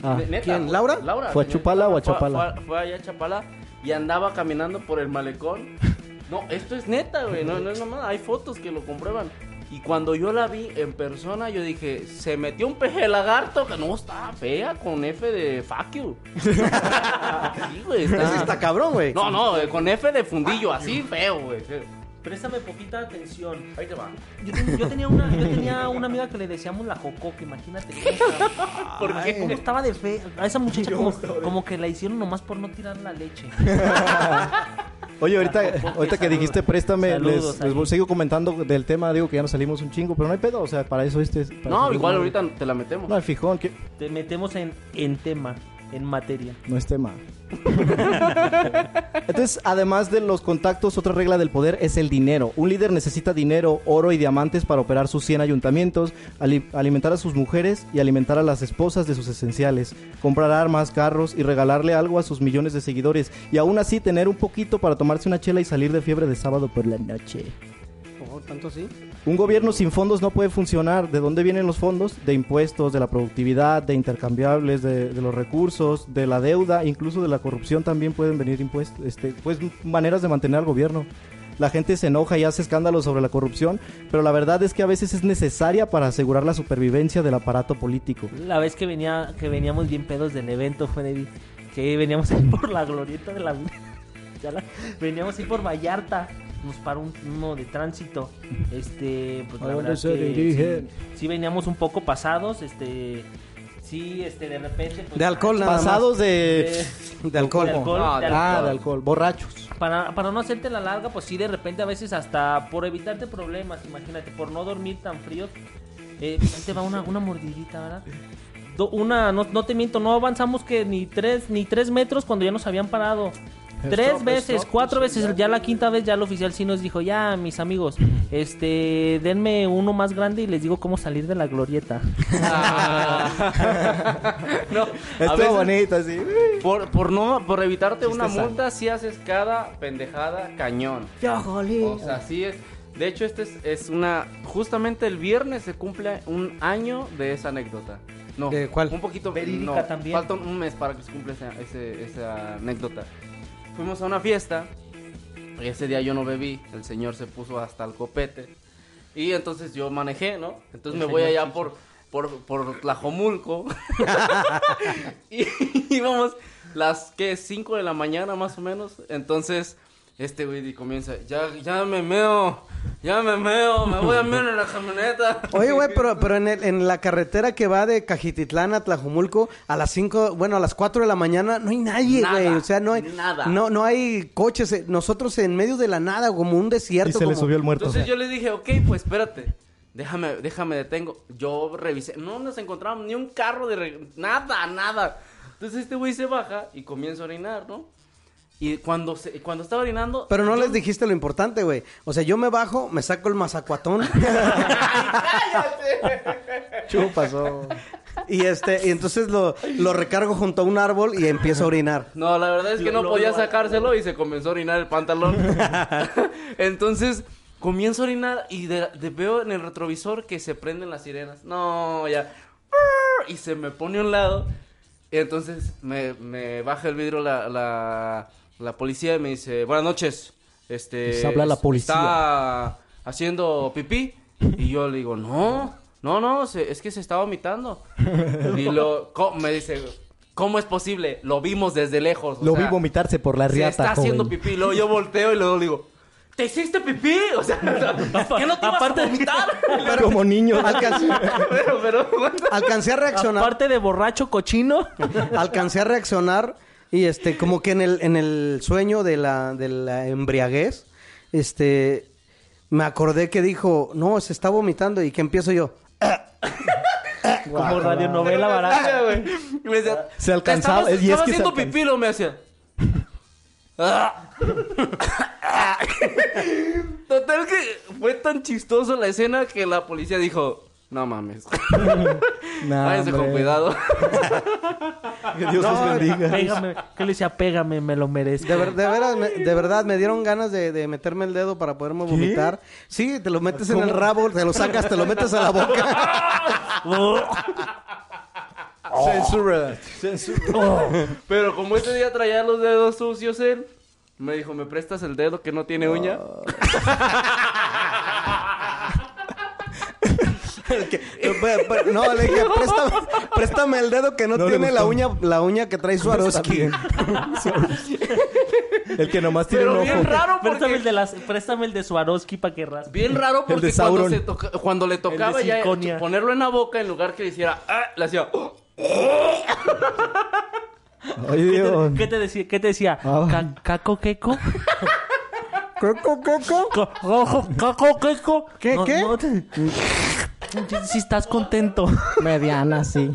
D: Ah.
F: Ne- neta,
B: ¿Quién,
F: fue-
B: Laura?
D: ¿Fue a
F: señor.
D: Chapala o a
F: Fue-
D: Chapala?
F: Fue, fue allá a Chapala y andaba caminando por el malecón. No, esto es neta, güey. No, no es nomás. Hay fotos que lo comprueban. Y cuando yo la vi en persona, yo dije, se metió un peje lagarto que no está fea con F de fuck you. sí, güey, está-
B: Ese está cabrón, güey.
F: No, no, eh, con F de fundillo, así feo, güey. feo.
E: Préstame poquita atención.
F: Ahí te va.
E: Yo, ten- yo tenía una, yo tenía una amiga que le decíamos la Jocoque, imagínate. cómo estaba.
F: ¿Por qué?
E: Como estaba de fe. A esa muchacha como, como que la hicieron nomás por no tirar la leche.
D: Oye, ahorita,
E: Tampoco,
D: ahorita que
E: saludos.
D: dijiste préstame, les-
E: Saludos
D: les,
E: ahí.
D: voy- sigo comentando del tema. Digo que ya nos salimos un chingo, pero no hay pedo. O sea, para eso este... es- para Ah.
F: No,
D: eso
F: igual
D: es-
F: ahorita te la metemos.
D: No, el fijón, que
E: Te metemos en, en tema, en materia.
D: no es tema. Entonces, además de los contactos, otra regla del poder es el dinero. Un líder necesita dinero, oro y diamantes para operar sus 100 ayuntamientos, ali- alimentar a sus mujeres y alimentar a las esposas de sus esenciales, comprar armas, carros y regalarle algo a sus millones de seguidores. Y aún así tener un poquito para tomarse una chela y salir de fiebre de sábado por la noche.
B: Oh, ¿Tanto sí?
D: Un gobierno sin fondos no puede funcionar. ¿De dónde vienen los fondos? De impuestos, de la productividad, de intercambiables, de, de los recursos, de la deuda, incluso de la corrupción también pueden venir impuestos. Este, pues m- maneras de mantener al gobierno. La gente se enoja y hace escándalos sobre la corrupción, pero la verdad es que a veces es necesaria para asegurar la supervivencia del aparato político.
E: La vez que venía, que veníamos bien pedos del evento, Freddy, que veníamos ahí por la glorieta de la ya la- veníamos ahí por Vallarta, nos paró un- uno de tránsito. Este, pues
D: ¿A
E: la
D: dónde
E: verdad
D: se
E: que
D: dirigen?
E: sí, sí veníamos un poco pasados, este sí, este de repente pues,
B: De alcohol, nada más.
D: Pasados
E: eh,
D: de...
B: De alcohol.
E: de alcohol,
F: No,
E: de
D: Ah,
E: alcohol.
D: de alcohol, borrachos.
E: Para, para no hacerte la larga, pues sí, de repente a veces hasta por evitarte problemas, imagínate, por no dormir tan frío, eh, ahí te va una, una mordidita, ¿verdad? Do- una, no, no te miento, no avanzamos que ni tres, ni tres metros cuando ya nos habían parado. Tres veces, cuatro veces, ya la quinta vez ya el oficial sí nos dijo, ya mis amigos, este, denme uno más grande y les digo cómo salir de la glorieta.
F: no, a
D: Estuvo
F: veces-
D: bonito, así.
F: Por, por no por evitarte una
D: sano.
F: multa si haces cada pendejada cañón. O sea, así es. De hecho, este es, es una justamente el viernes se cumple un año de esa anécdota. No,
B: ¿De cuál?
F: un poquito
E: Verídica
F: no,
E: también.
F: Falta un mes para que se cumpla esa, ese- esa anécdota. Fuimos a una fiesta y ese día yo no bebí, el señor se puso hasta el copete y entonces yo manejé, ¿no? Entonces me voy allá por por por Tlajomulco. y íbamos las que 5 de la mañana más o menos. Entonces, este güey comienza, ya, ya me meo, ya me meo, me voy a mear en la camioneta.
B: Oye, güey, pero, pero en, el- en la carretera que va de Cajititlán a Tlajumulco, a las 5, bueno, a las 4 de la mañana, no hay nadie,
F: Nada,
B: güey. O sea, no hay.
F: nada.
B: No, no hay coches. eh, Nosotros en medio de la nada, como un desierto.
D: Y se le
B: como-
D: subió el muerto.
F: Entonces yo le dije, ok, pues espérate. Déjame, déjame detengo. Yo revisé. No nos encontramos ni un carro de... re- Nada, nada. Entonces este güey se baja y comienza a orinar, ¿no? Y cuando, se, cuando estaba orinando...
B: Pero no
F: yo-
B: les dijiste lo importante, güey. O sea, yo me bajo, me saco el mazacuatón.
D: Chupasó.
B: y este, y entonces lo, lo recargo junto a un árbol y empiezo a orinar.
F: No, la verdad es que no
E: lo-
F: podía
E: lo-
F: sacárselo y se comenzó a orinar el pantalón. Entonces comienzo a orinar y de- de- veo en el retrovisor que se prenden las sirenas. No, ya. Y se me pone a un lado. Y entonces me, me baja el vidrio la, la, la policía y me dice, buenas noches. este...
D: Les habla la policía.
F: Está haciendo pipí. Y yo le digo, no, no, no, se- es que se está vomitando. Y lo, co- me dice, ¿cómo es posible? Lo vimos desde lejos. o
D: Lo
F: sea,
D: vi vomitarse por la
F: Se
D: riata,
F: está
D: joven.
F: haciendo pipí. Luego yo volteo y luego le digo... ¿Te hiciste pipí? O sea, ¿qué no te ibas a vomitar?
D: Como niño.
B: Alcancé,
F: pero, pero, bueno.
B: alcancé a reaccionar.
E: Aparte de borracho cochino.
B: alcancé a reaccionar y este como que en el en el sueño de la de la embriaguez este me acordé que dijo no se está vomitando y que empiezo yo
E: Como radionovela barata.
F: Y me decía,
D: Se alcanzaba,
F: "Te estabas-
D: y es
F: estaba
D: que se
F: haciendo
D: alcanza.
F: pipí, lo me hacía. Ah. Total que fue tan chistoso la escena que la policía dijo, no mames.
D: Nah,
F: Váyanse con
D: hombre.
F: cuidado.
D: Que Dios los bendiga.
E: Pégame. ¿Qué le decía? Pégame, me lo merezco.
B: de, ver- de veras me- de verdad me dieron ganas de, de meterme el dedo para poderme vomitar sí te lo metes en el rabo te lo sacas te lo metes a la boca Oh.
D: Censura.
F: Pero como ese día traía los dedos sucios él, me dijo, ¿me prestas el dedo que no tiene uña?
B: eh, Pe- pe- no le dije préstame, préstame el dedo que no,
D: No le
B: tiene la
D: gustó.
B: uña la uña que trae Swarovski
D: El que nomás tiene
F: Pero
D: un ojo.
F: bien raro
E: Préstame el
F: porque...
E: de las, préstame el de Swarovski para que raspe.
F: Bien raro
D: de
F: porque cuando,
D: Sauron.
F: se toca- cuando le tocaba ya
E: Circonia.
F: ponerlo en la boca en lugar que le hiciera, ah, le hacía... "Oh".
E: ¿Qué
D: Ay,
E: te-
D: Dios.
E: ¿Qué te decía? ¿Qué te decía?
D: Ah.
E: Ca- ¿Caco queco?
B: coco coco
E: Co- rojo, ¿Caco queco?
B: ¿Qué,
E: No,
B: qué?
E: no te- Si estás contento.
D: Mediana, sí.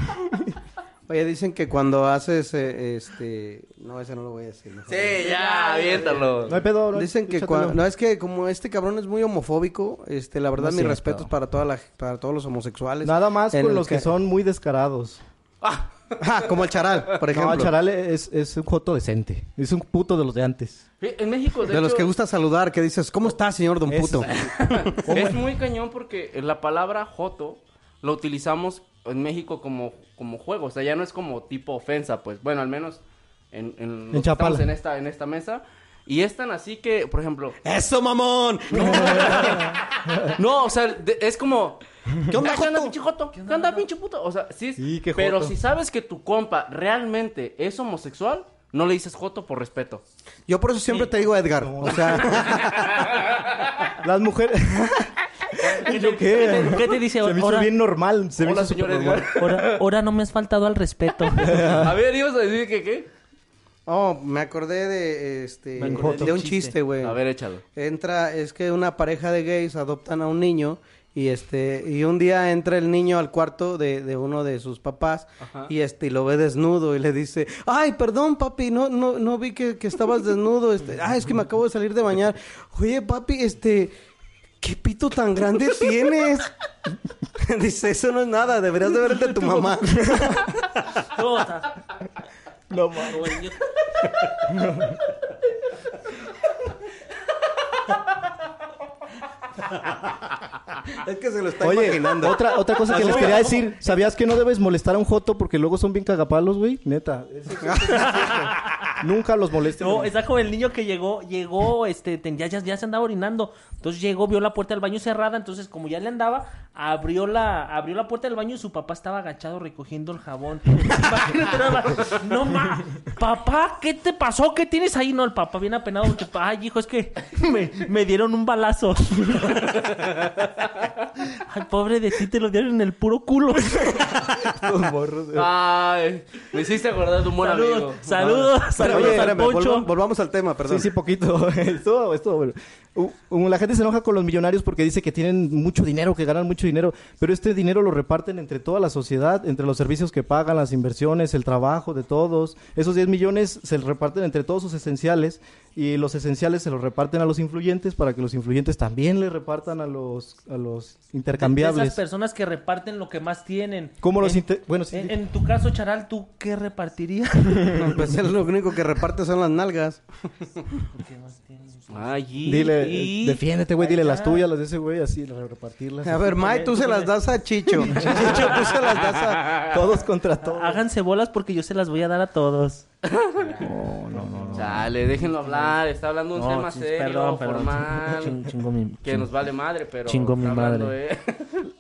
B: Oye, dicen que cuando haces eh, este. No, ese no lo voy a decir. mejor.
F: Sí, ya, aviéntalo.
D: No hay pedo. no hay-
B: Dicen que
D: échatelo.
B: cuando. No, es que como este cabrón es muy homofóbico, este, la verdad,
D: No es
B: mis
D: cierto.
B: respetos para, toda la, para todos los homosexuales.
D: Nada más
B: En
D: con
B: el
D: los que son muy descarados.
B: Ah, como el charal, por ejemplo.
D: No, Charal es, es un joto decente. Es un puto de los de antes.
F: En México, de,
B: De los
F: hecho,
B: que gusta saludar, que dices, ¿cómo está, señor Don
D: Eso.
B: Puto?
F: Es muy cañón porque la palabra joto lo utilizamos en México como, como juego. O sea, ya no es como tipo ofensa, pues. Bueno, al menos en, en, los que
D: Chapala.
F: estamos en esta, en esta mesa. Y es tan así que, por ejemplo...
B: ¡Eso, mamón!
F: No, o sea, de- es como...
B: ¿Qué onda,
F: "Ah, ¿Qué onda,
B: joto?
F: pinche joto? ¿Qué onda, pinche puto? O sea, sí, es-
D: Sí, qué
F: pero
D: joto.
F: si sabes que tu compa realmente es homosexual, no le dices joto por respeto.
B: Yo por eso siempre te digo Edgar. O sea,
D: Las mujeres. ¿Yo qué?
E: ¿Qué te dice?
D: Se me hizo
E: Ahora,
D: bien normal. Se me
F: Hola,
D: hizo
F: señor
D: súper
F: Edgar.
D: normal.
E: ahora- ahora no me has faltado al respeto.
F: A ver, ibas a decir que qué.
B: oh, me acordé de este.
E: Me acordé
B: de un chiste, güey.
F: A ver, échalo.
B: entra, es que una pareja de gays adoptan a un niño y este y un día entra el niño al cuarto de, de uno de sus papás y este y lo ve desnudo y le dice ay perdón papi no no no vi que, que estabas desnudo este ah es que me acabo de salir de bañar oye papi este qué pito tan grande tienes dice eso no es nada deberías de verte tu mamá
E: No, o sea,
D: No mames.
E: como el niño-
B: es que se lo está
D: Oye,
B: imaginando
D: otra, otra cosa que les quería decir. ¿Sabías que no debes molestar a un joto porque luego son bien cagapalos, güey? Neta. Eso es- eso es cierto. Nunca los molestes.
E: No, está como el niño que llegó, llegó, este, ten- ya, ya, ya se andaba orinando. Entonces llegó, vio la puerta del baño cerrada, entonces como ya le andaba, abrió la, abrió la puerta del baño y su papá estaba agachado recogiendo el jabón. Imagínate nada más. No ma, papá, ¿qué te pasó? ¿Qué tienes ahí? No, el papá bien apenado porque, ay hijo, es que me, me dieron un balazo. Ay, pobre de ti, te lo dieron en el puro culo.
D: Estos morros, güey.
F: Ay, me hiciste acordar de un buen amigo.
E: saludos, saludos, saludos
B: Oye,
E: al
B: espérame,
E: Poncho.
B: volvamos- volvamos al tema perdón
D: Sí, sí, poquito. esto, esto, bueno. U- u- La gente se enoja con los millonarios porque dice que tienen mucho dinero, que ganan mucho dinero, pero este dinero lo reparten entre toda la sociedad, entre los servicios que pagan, las inversiones, el trabajo de todos. Esos 10 millones se reparten entre todos sus esenciales y los esenciales se los reparten a los influyentes para que los influyentes también le repartan a los, a los
E: De
D: intercambiables.
E: esas personas que reparten lo que más tienen.
D: ¿Cómo los
E: En-
D: inter- bueno, sí,
E: en,
D: sí.
E: en tu caso, Charal, ¿tú qué repartirías?
B: pues es lo único que reparte son las nalgas
F: Ay, y-
D: Dile,
F: y-
D: eh, defiéndete, güey, dile
E: Ahí
D: las
E: está.
D: tuyas, las de ese güey, así, re- repartirlas.
B: A ver, May, tú Pues se las das a Chicho. Chicho, tú se las das a...
D: Todos contra todos.
E: Háganse bolas porque yo se las voy a dar a todos.
D: No, no, no. no.
F: Chale, déjenlo hablar. Está hablando un tema
E: chis-
F: serio,
E: perdón, perdón.
F: formal.
E: Ching- chingo mi-
F: que nos vale madre, pero.
E: Chingo mi
F: está hablando,
E: madre.
F: eh.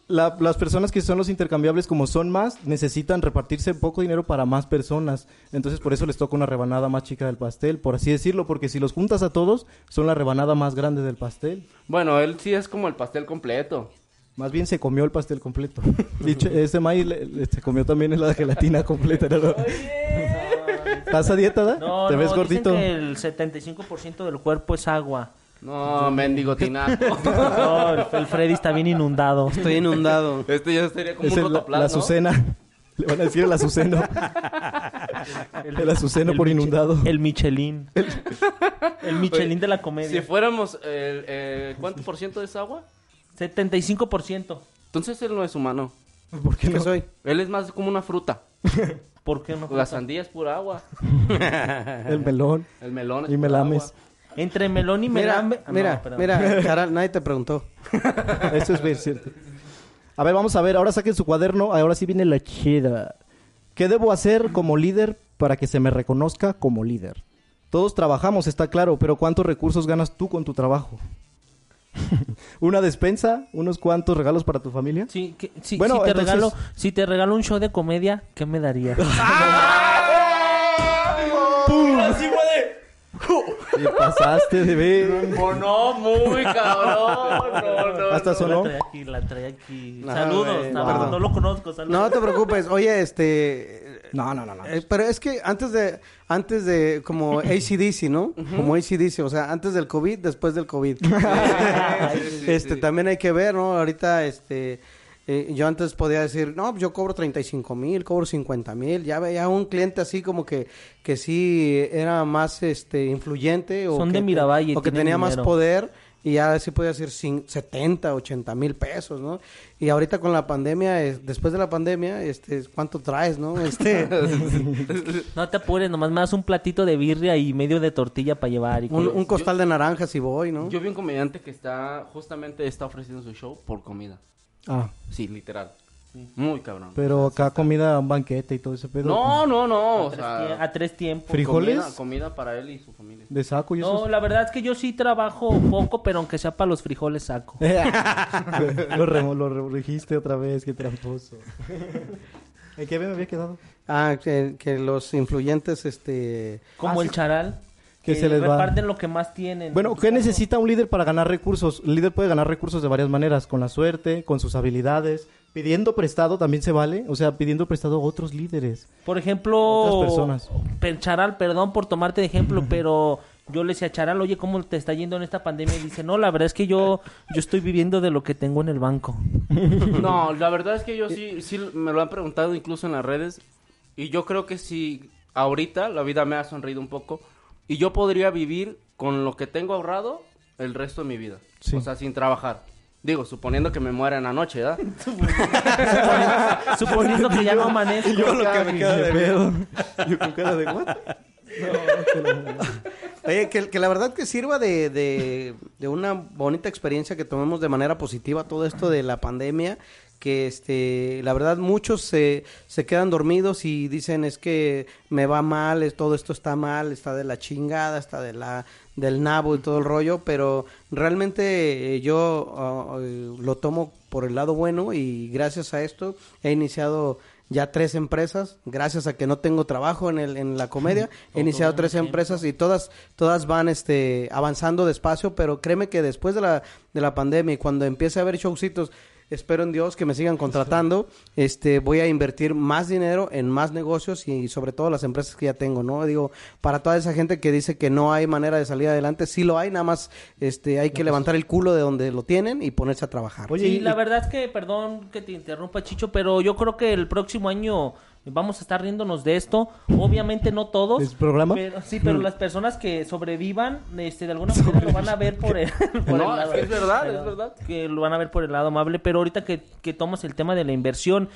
D: La- las personas que son los intercambiables, como son más, necesitan repartirse poco dinero para más personas. Entonces, por eso les toca una rebanada más chica del pastel, por así decirlo, porque si los juntas a todos, son la rebanada más grande del pastel.
F: Bueno, él sí es como el pastel completo.
D: Más bien se comió el pastel completo. Dicho, ese maíz le- le- se comió también la gelatina completa. ¿no? ¿Estás a dieta, da?
E: No,
D: ¿Te
E: no,
D: ves
E: dicen
D: gordito?
E: que el 75% del cuerpo es agua.
F: No, mendigo tinaco.
E: No, el, el Freddy está bien inundado.
B: Estoy inundado.
F: Este ya sería como
D: Es
F: un
D: el- la,
F: rotoplas, ¿no?
D: la azucena. Le van a decir el azuceno. El azuceno por
E: Miche-
D: inundado.
E: El Michelin. El, Michelin de la
F: Si
E: comedia.
F: fuéramos, eh, eh, ¿cuánto por ciento es agua?
E: 75%.
F: Entonces él no es humano.
D: ¿Por qué
B: ¿Qué
D: no?
B: soy?
F: Él es más como una fruta.
E: ¿Por qué no?
F: La sandía es pura agua.
D: El melón.
F: El melón es
D: Y
F: pura
D: melames.
F: agua.
E: Entre melón y
B: Mira,
E: melame... Ah, no,
B: mira,
E: espérame.
B: mira, Charal, nadie te preguntó.
D: Eso es bien cierto. A ver, vamos a ver. Ahora saquen su cuaderno. Ahora sí viene la chida. ¿Qué debo hacer como líder para que se me reconozca como líder? Todos trabajamos, está claro, pero ¿cuántos recursos ganas tú con tu trabajo? ¿Una despensa? ¿Unos cuantos regalos para tu familia?
E: Sí, que- sí,
D: Bueno,
E: si, te
D: entonces-
E: regalo, si te regalo un show de comedia, ¿qué me darías?
D: Te pasaste de ver.
F: Oh, no, muy cabrón. No, no, no.
D: Hasta
E: La
D: sonó.
E: trae aquí, la trae aquí.
B: No,
E: saludos,
B: güey,
E: saludos,
B: perdón.
E: no lo conozco, saludos.
B: No te preocupes. Oye, este.
D: No, no, no, no.
B: eh, pero es que antes de, antes de, como ACDC, ¿no? Como ACDC, o sea, antes del COVID, después del COVID. este, también hay que ver, ¿no? Ahorita, este, eh, yo antes podía decir, no, yo cobro 35 mil, cobro 50 mil. Ya veía un cliente así como que, que sí era más, este, influyente. O
E: Son
B: que
E: de Miravalle,
B: O que
E: tienen
B: tenía más
E: dinero.
B: poder. Y ya sí podía decir cin- 70, 80 mil pesos, ¿no? Y ahorita con la pandemia, eh, después de la pandemia, este, ¿cuánto traes, no? Este,
E: No te apures, nomás me das un platito de birria y medio de tortilla para llevar. Y
B: un, un costal de naranjas y voy, ¿no?
F: Yo vi un comediante que está, justamente está ofreciendo su show por comida.
D: Ah,
F: Sí, literal. Muy cabrón.
D: pero acá comida, un banquete y todo ese pedo.
F: No, no, no. O
E: a, tres tie-
F: sea,
E: a tres tiempos.
D: Frijol. ¿Frijoles?
F: comida, comida para él y su familia.
D: De saco y eso.
E: No, la verdad es que yo sí trabajo poco, pero aunque sea para los frijoles saco.
D: Eh, lo, remo, lo registe otra vez, qué tramposo. ¿En qué me había quedado?
B: Ah, que, que los influyentes, este...
E: Como el charal.
D: Que se les va.
E: reparten lo que más tienen.
D: Bueno, ¿qué necesita un líder para ganar recursos? El líder puede ganar recursos de varias maneras, con la suerte, con sus habilidades, pidiendo prestado también se vale, o sea, pidiendo prestado a otros líderes.
E: Por ejemplo,
D: Otras personas.
E: per- Charal, perdón por tomarte de ejemplo, pero yo le decía a Charal, oye, ¿cómo te está yendo en esta pandemia? Y dice, no, la verdad es que yo, yo estoy viviendo de lo que tengo en el banco.
F: No, la verdad es que yo sí, sí me lo han preguntado incluso en las redes. Y yo creo que si ahorita la vida me ha sonreído un poco. Y yo podría vivir con lo que tengo ahorrado el resto de mi vida.
D: Sí.
F: O sea, sin trabajar. Digo, suponiendo que me muera en la noche, ¿verdad?
E: Suponiendo que ya no amanezco.
D: Yo con cara de what?
B: Oye, que, que la verdad que sirva de, de, de una bonita experiencia que tomemos de manera positiva todo esto de la pandemia, que este, la verdad muchos se, se quedan dormidos y dicen es que me va mal, es, todo esto está mal, está de la chingada, está de la del nabo y todo el rollo, pero realmente eh, yo ah, eh, lo tomo por el lado bueno y gracias a esto he iniciado ya tres empresas, gracias a que no tengo trabajo en, el, en la comedia, he iniciado tres empresas y todas todas van este avanzando despacio, pero créeme que después de la, de la pandemia y cuando empiece a haber showcitos, espero en Dios que me sigan contratando, este voy a invertir más dinero en más negocios y sobre todo las empresas que ya tengo, ¿no? Digo, para toda esa gente que dice que no hay manera de salir adelante, sí lo hay, nada más este hay que levantar el culo de donde lo tienen y ponerse a trabajar.
D: Oye,
E: Sí,
D: y-
E: la verdad es que, perdón que te interrumpa, Chicho, pero yo creo que el próximo año vamos a estar riéndonos de esto. Obviamente no todos.
D: ¿Es programa?
E: Pero, sí, pero las personas que sobrevivan, este, de alguna manera lo van a ver por el, por el
F: No, es
E: lado.
F: que es verdad,
E: pero-
F: es verdad.
E: Que lo van a ver por el lado amable, pero ahorita que, que tomas el tema de la inversión.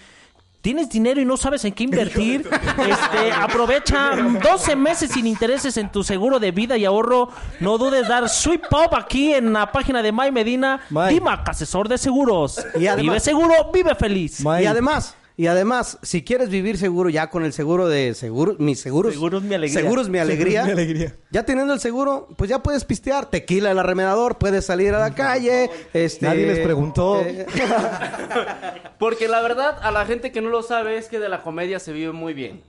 E: Tienes dinero y no sabes en qué invertir. Este, aprovecha 12 meses sin intereses en tu seguro de vida y ahorro. No dudes dar sweep up aquí en la página de May Medina.
D: May.
E: Dima, asesor de seguros.
B: Y además-
E: vive seguro, vive feliz.
D: May,
B: Y además, Y además, si quieres vivir seguro ya con el seguro de seguro, mis seguros.
E: Seguros Mi Alegría.
B: Seguros mi alegría.
D: mi alegría.
B: Ya teniendo el seguro, pues ya puedes pistear tequila el arremedador, puedes salir a la calle. este,
D: Nadie les preguntó.
B: eh,
F: Porque la verdad, a la gente que no lo sabe, es que de la comedia se vive muy bien.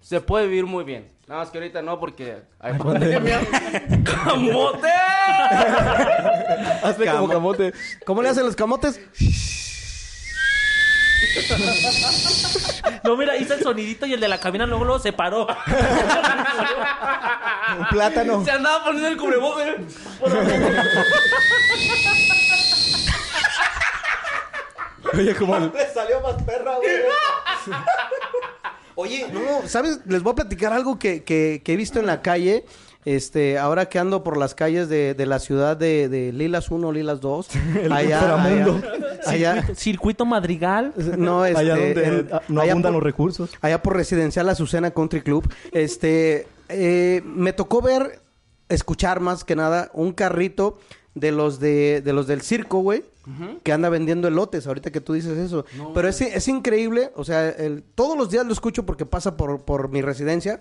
F: Se puede vivir muy bien. Nada más que ahorita no, porque hay pandemia. ¡Camote!
D: Hazle como camote.
B: ¿Cómo le hacen los camotes?
E: No, mira, hizo el sonidito y el de la cabina luego, luego se paró.
D: Un plátano.
F: Se andaba poniendo el cubrebocas.
D: Oye, como el-
B: Oye, no, ¿sabes? Les voy a platicar algo que, que- que he visto en la calle. Este, ahora que ando por las calles de, de la ciudad de, de Lilas 1, Lilas 2.
D: inframundo.
B: Allá, allá,
E: Circuito Madrigal.
B: no, este,
D: allá donde
B: en-
D: ah, no
B: allá
D: abundan
B: por-
D: los recursos.
B: allá por Residencial Azucena Country Club. Este, eh, me tocó ver, escuchar más que nada, un carrito de los de, de los del circo, güey, que anda vendiendo elotes, ahorita que tú dices eso. Pero es, es increíble, o sea, el- todos los días lo escucho porque pasa por, por mi residencia.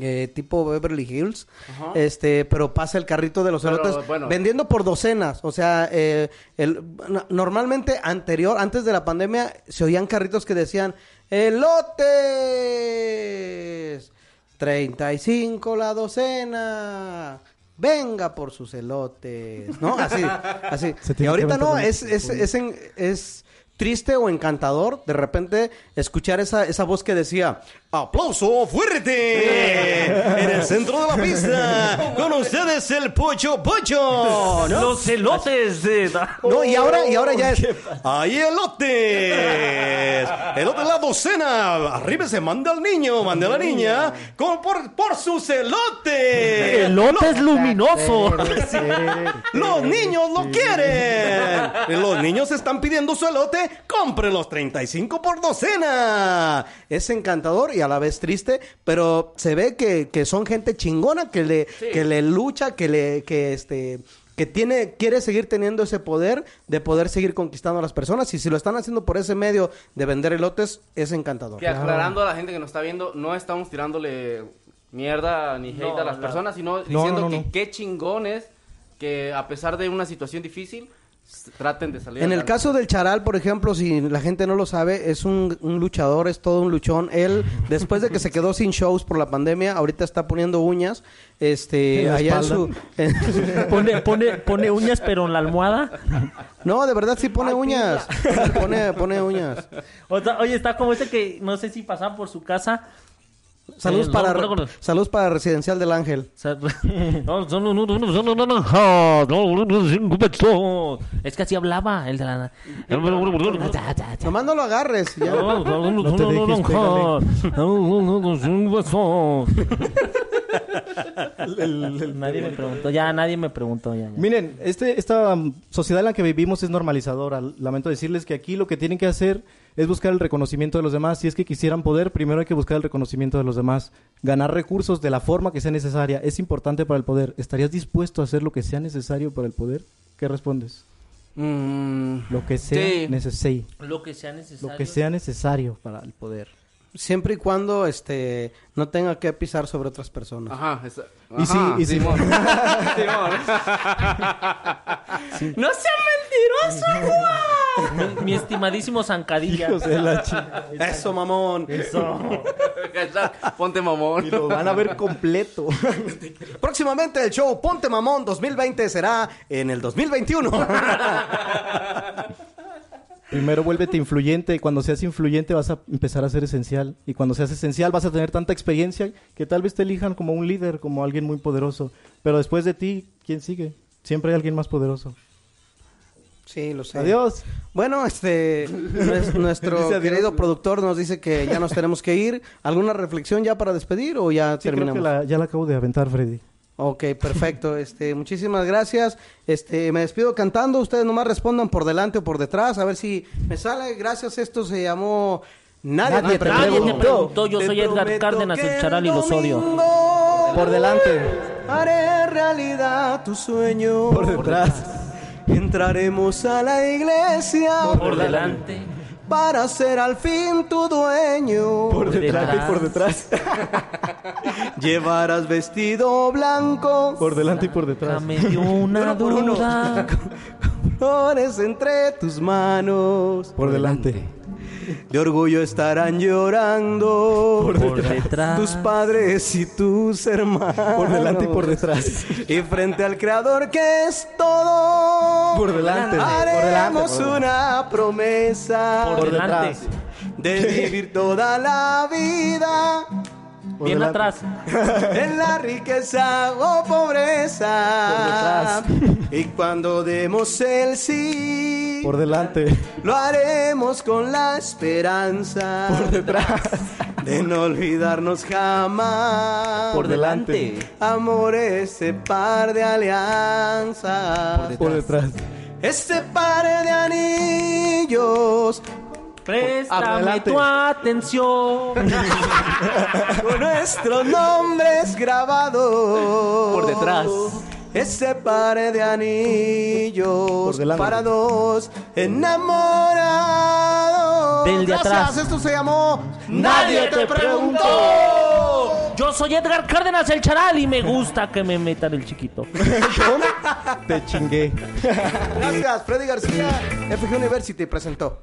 B: eh, tipo Beverly Hills, este, pero pasa el carrito de los
F: Pero,
B: elotes
F: bueno.
B: vendiendo por docenas, o sea, eh, el, no- normalmente anterior, antes de la pandemia, se oían carritos que decían elotes, 35 la docena, venga por sus elotes, ¿no? Así, así.
D: Se
B: Y
D: tiene que
B: ahorita no,
D: aventar un-
B: es, es, es, en- es triste o encantador de repente escuchar esa, esa voz que decía ¡Aplauso fuerte! En el centro de la pista, con ustedes el Pocho Pocho. ¿no?
E: Los elotes de...
B: No, y ahora, y ahora ya es.
K: ¡Ahí elotes! Elote la docena. Arriba se manda al niño, manda a la niña. Con, por, por sus
B: Eh,
K: elotes.
E: Elotes luminoso.
K: Los niños lo quieren. Los niños están pidiendo su elote. Compre los 35 por docena.
B: Es encantador y a la vez triste, pero se ve que, que son gente chingona que le, que le lucha, que le, que este, que tiene, quiere seguir teniendo ese poder de poder seguir conquistando a las personas. Y si lo están haciendo por ese medio de vender elotes, es encantador.
F: Que aclarando a la gente que nos está viendo, no estamos tirándole mierda ni hate a las personas, sino diciendo
D: no, no,
F: que
D: no.
F: qué chingones que a pesar de una situación difícil, s- traten de salir.
B: En el
F: adelante.
B: caso del Charal, por ejemplo, si la gente no lo sabe, es un, un luchador, es todo un luchón. Él, después de que se quedó sin shows por la pandemia, ahorita está poniendo uñas. Este,
D: En la
B: allá en su.
D: espalda.
E: Pone, pone, pone uñas pero en la almohada.
B: no, de verdad sí pone uñas. Pone, pone uñas.
E: O sea, oye, está como ese que no sé si pasaba por su casa.
B: Saludos
E: Eh,
B: para,
E: no, no, no.
B: saludos para Residencial del Ángel.
E: O sea, no, son un- un- un- son un naranja, no, un- cinco pesos. Es que así hablaba el de la...
B: Nomás no lo agarres. ya.
D: No te dejes,
E: Nadie me preguntó, ya nadie me preguntó. Ya, ya.
D: Miren, este, esta um, sociedad en la que vivimos es normalizadora. Lamento decirles que aquí lo que tienen que hacer es buscar el reconocimiento de los demás. Si es que quisieran poder, primero hay que buscar el reconocimiento de los demás. Ganar recursos de la forma que sea necesaria es importante para el poder. ¿Estarías dispuesto a hacer lo que sea necesario para el poder? ¿Qué respondes?
F: Mm,
D: Lo que sea
F: Sí.
D: necesario.
E: Lo que sea necesario.
D: Lo que sea necesario para el poder.
B: Siempre y cuando este no tenga que pisar sobre otras personas.
D: Ah,
F: Ajá, esa-
D: Y sí,
F: ajá,
D: y sí.
F: Simón. Simón. No sea mentiroso, Juan.
E: Mi, mi estimadísimo Zancadilla.
D: Hijos de la chingada.
B: Eso, mamón.
F: Ponte mamón.
D: Y lo van a ver completo.
B: Próximamente el show Ponte Mamón 2020 será en el 2021.
D: Primero vuélvete influyente y cuando seas influyente vas a empezar a ser esencial. Y cuando seas esencial vas a tener tanta experiencia que tal vez te elijan como un líder, como alguien muy poderoso. Pero después de ti, ¿quién sigue? Siempre hay alguien más poderoso.
B: sí, lo sé.
D: Adiós.
B: Bueno, este nues- nuestro
D: Dice adiós,
B: querido
D: güey.
B: productor nos dice que ya nos tenemos que ir. ¿Alguna reflexión ya para despedir o ya
D: Sí, creo
B: terminamos?
D: que la- ya la acabo de aventar, Freddy.
B: Ok, perfecto. Este, muchísimas gracias. Este, me despido cantando. Ustedes nomás respondan por delante o por detrás. A ver si me sale. Gracias. Esto se llamó Nadie,
D: Nadie
B: te
D: te
B: preguntó.
D: preguntó.
E: Yo soy Edgar
B: prometo
E: Cárdenas, el
B: que
E: charal y los odio.
B: domingo
D: Por delante.
B: Haré realidad tu sueño.
D: Por detrás.
B: Entraremos a la iglesia.
E: Por delante.
B: para ser al fin tu dueño.
C: Por detrás y
E: detrás.
C: por detrás.
B: Llevarás vestido blanco,
C: Por delante y por detrás.
E: Me dio una
C: Uno por uno.
E: duda.
B: flores entre tus manos.
C: Por delante.
B: De orgullo estarán llorando
E: Por detrás.
B: tus padres y tus hermanos.
C: Por delante y por detrás.
B: Y frente al creador que es todo.
C: Por delante. Por delante.
B: Haremos una promesa
E: Por delante.
B: de vivir toda la vida
C: Por
E: Bien
C: delante.
E: atrás.
B: en la riqueza o pobreza. Y cuando demos el sí,
C: Por delante.
B: lo haremos con la esperanza
C: Por detrás.
B: de no olvidarnos jamás.
C: Por delante.
B: Amor, ese par de alianzas,
C: Por detrás.
B: ese par de anillos,
E: Préstame
C: Adelante.
E: tu atención.
B: con nuestros nombres grabados.
C: Por detrás.
B: Ese par de anillos
C: Por delante.
B: para dos enamorados.
E: Del de
B: Gracias,
E: atrás.
B: esto se llamó
E: Nadie te preguntó. Yo soy Edgar Cárdenas el Charal y me gusta que me metan el chiquito.
C: Te chingué.
B: Gracias, Freddy García, FG University presentó.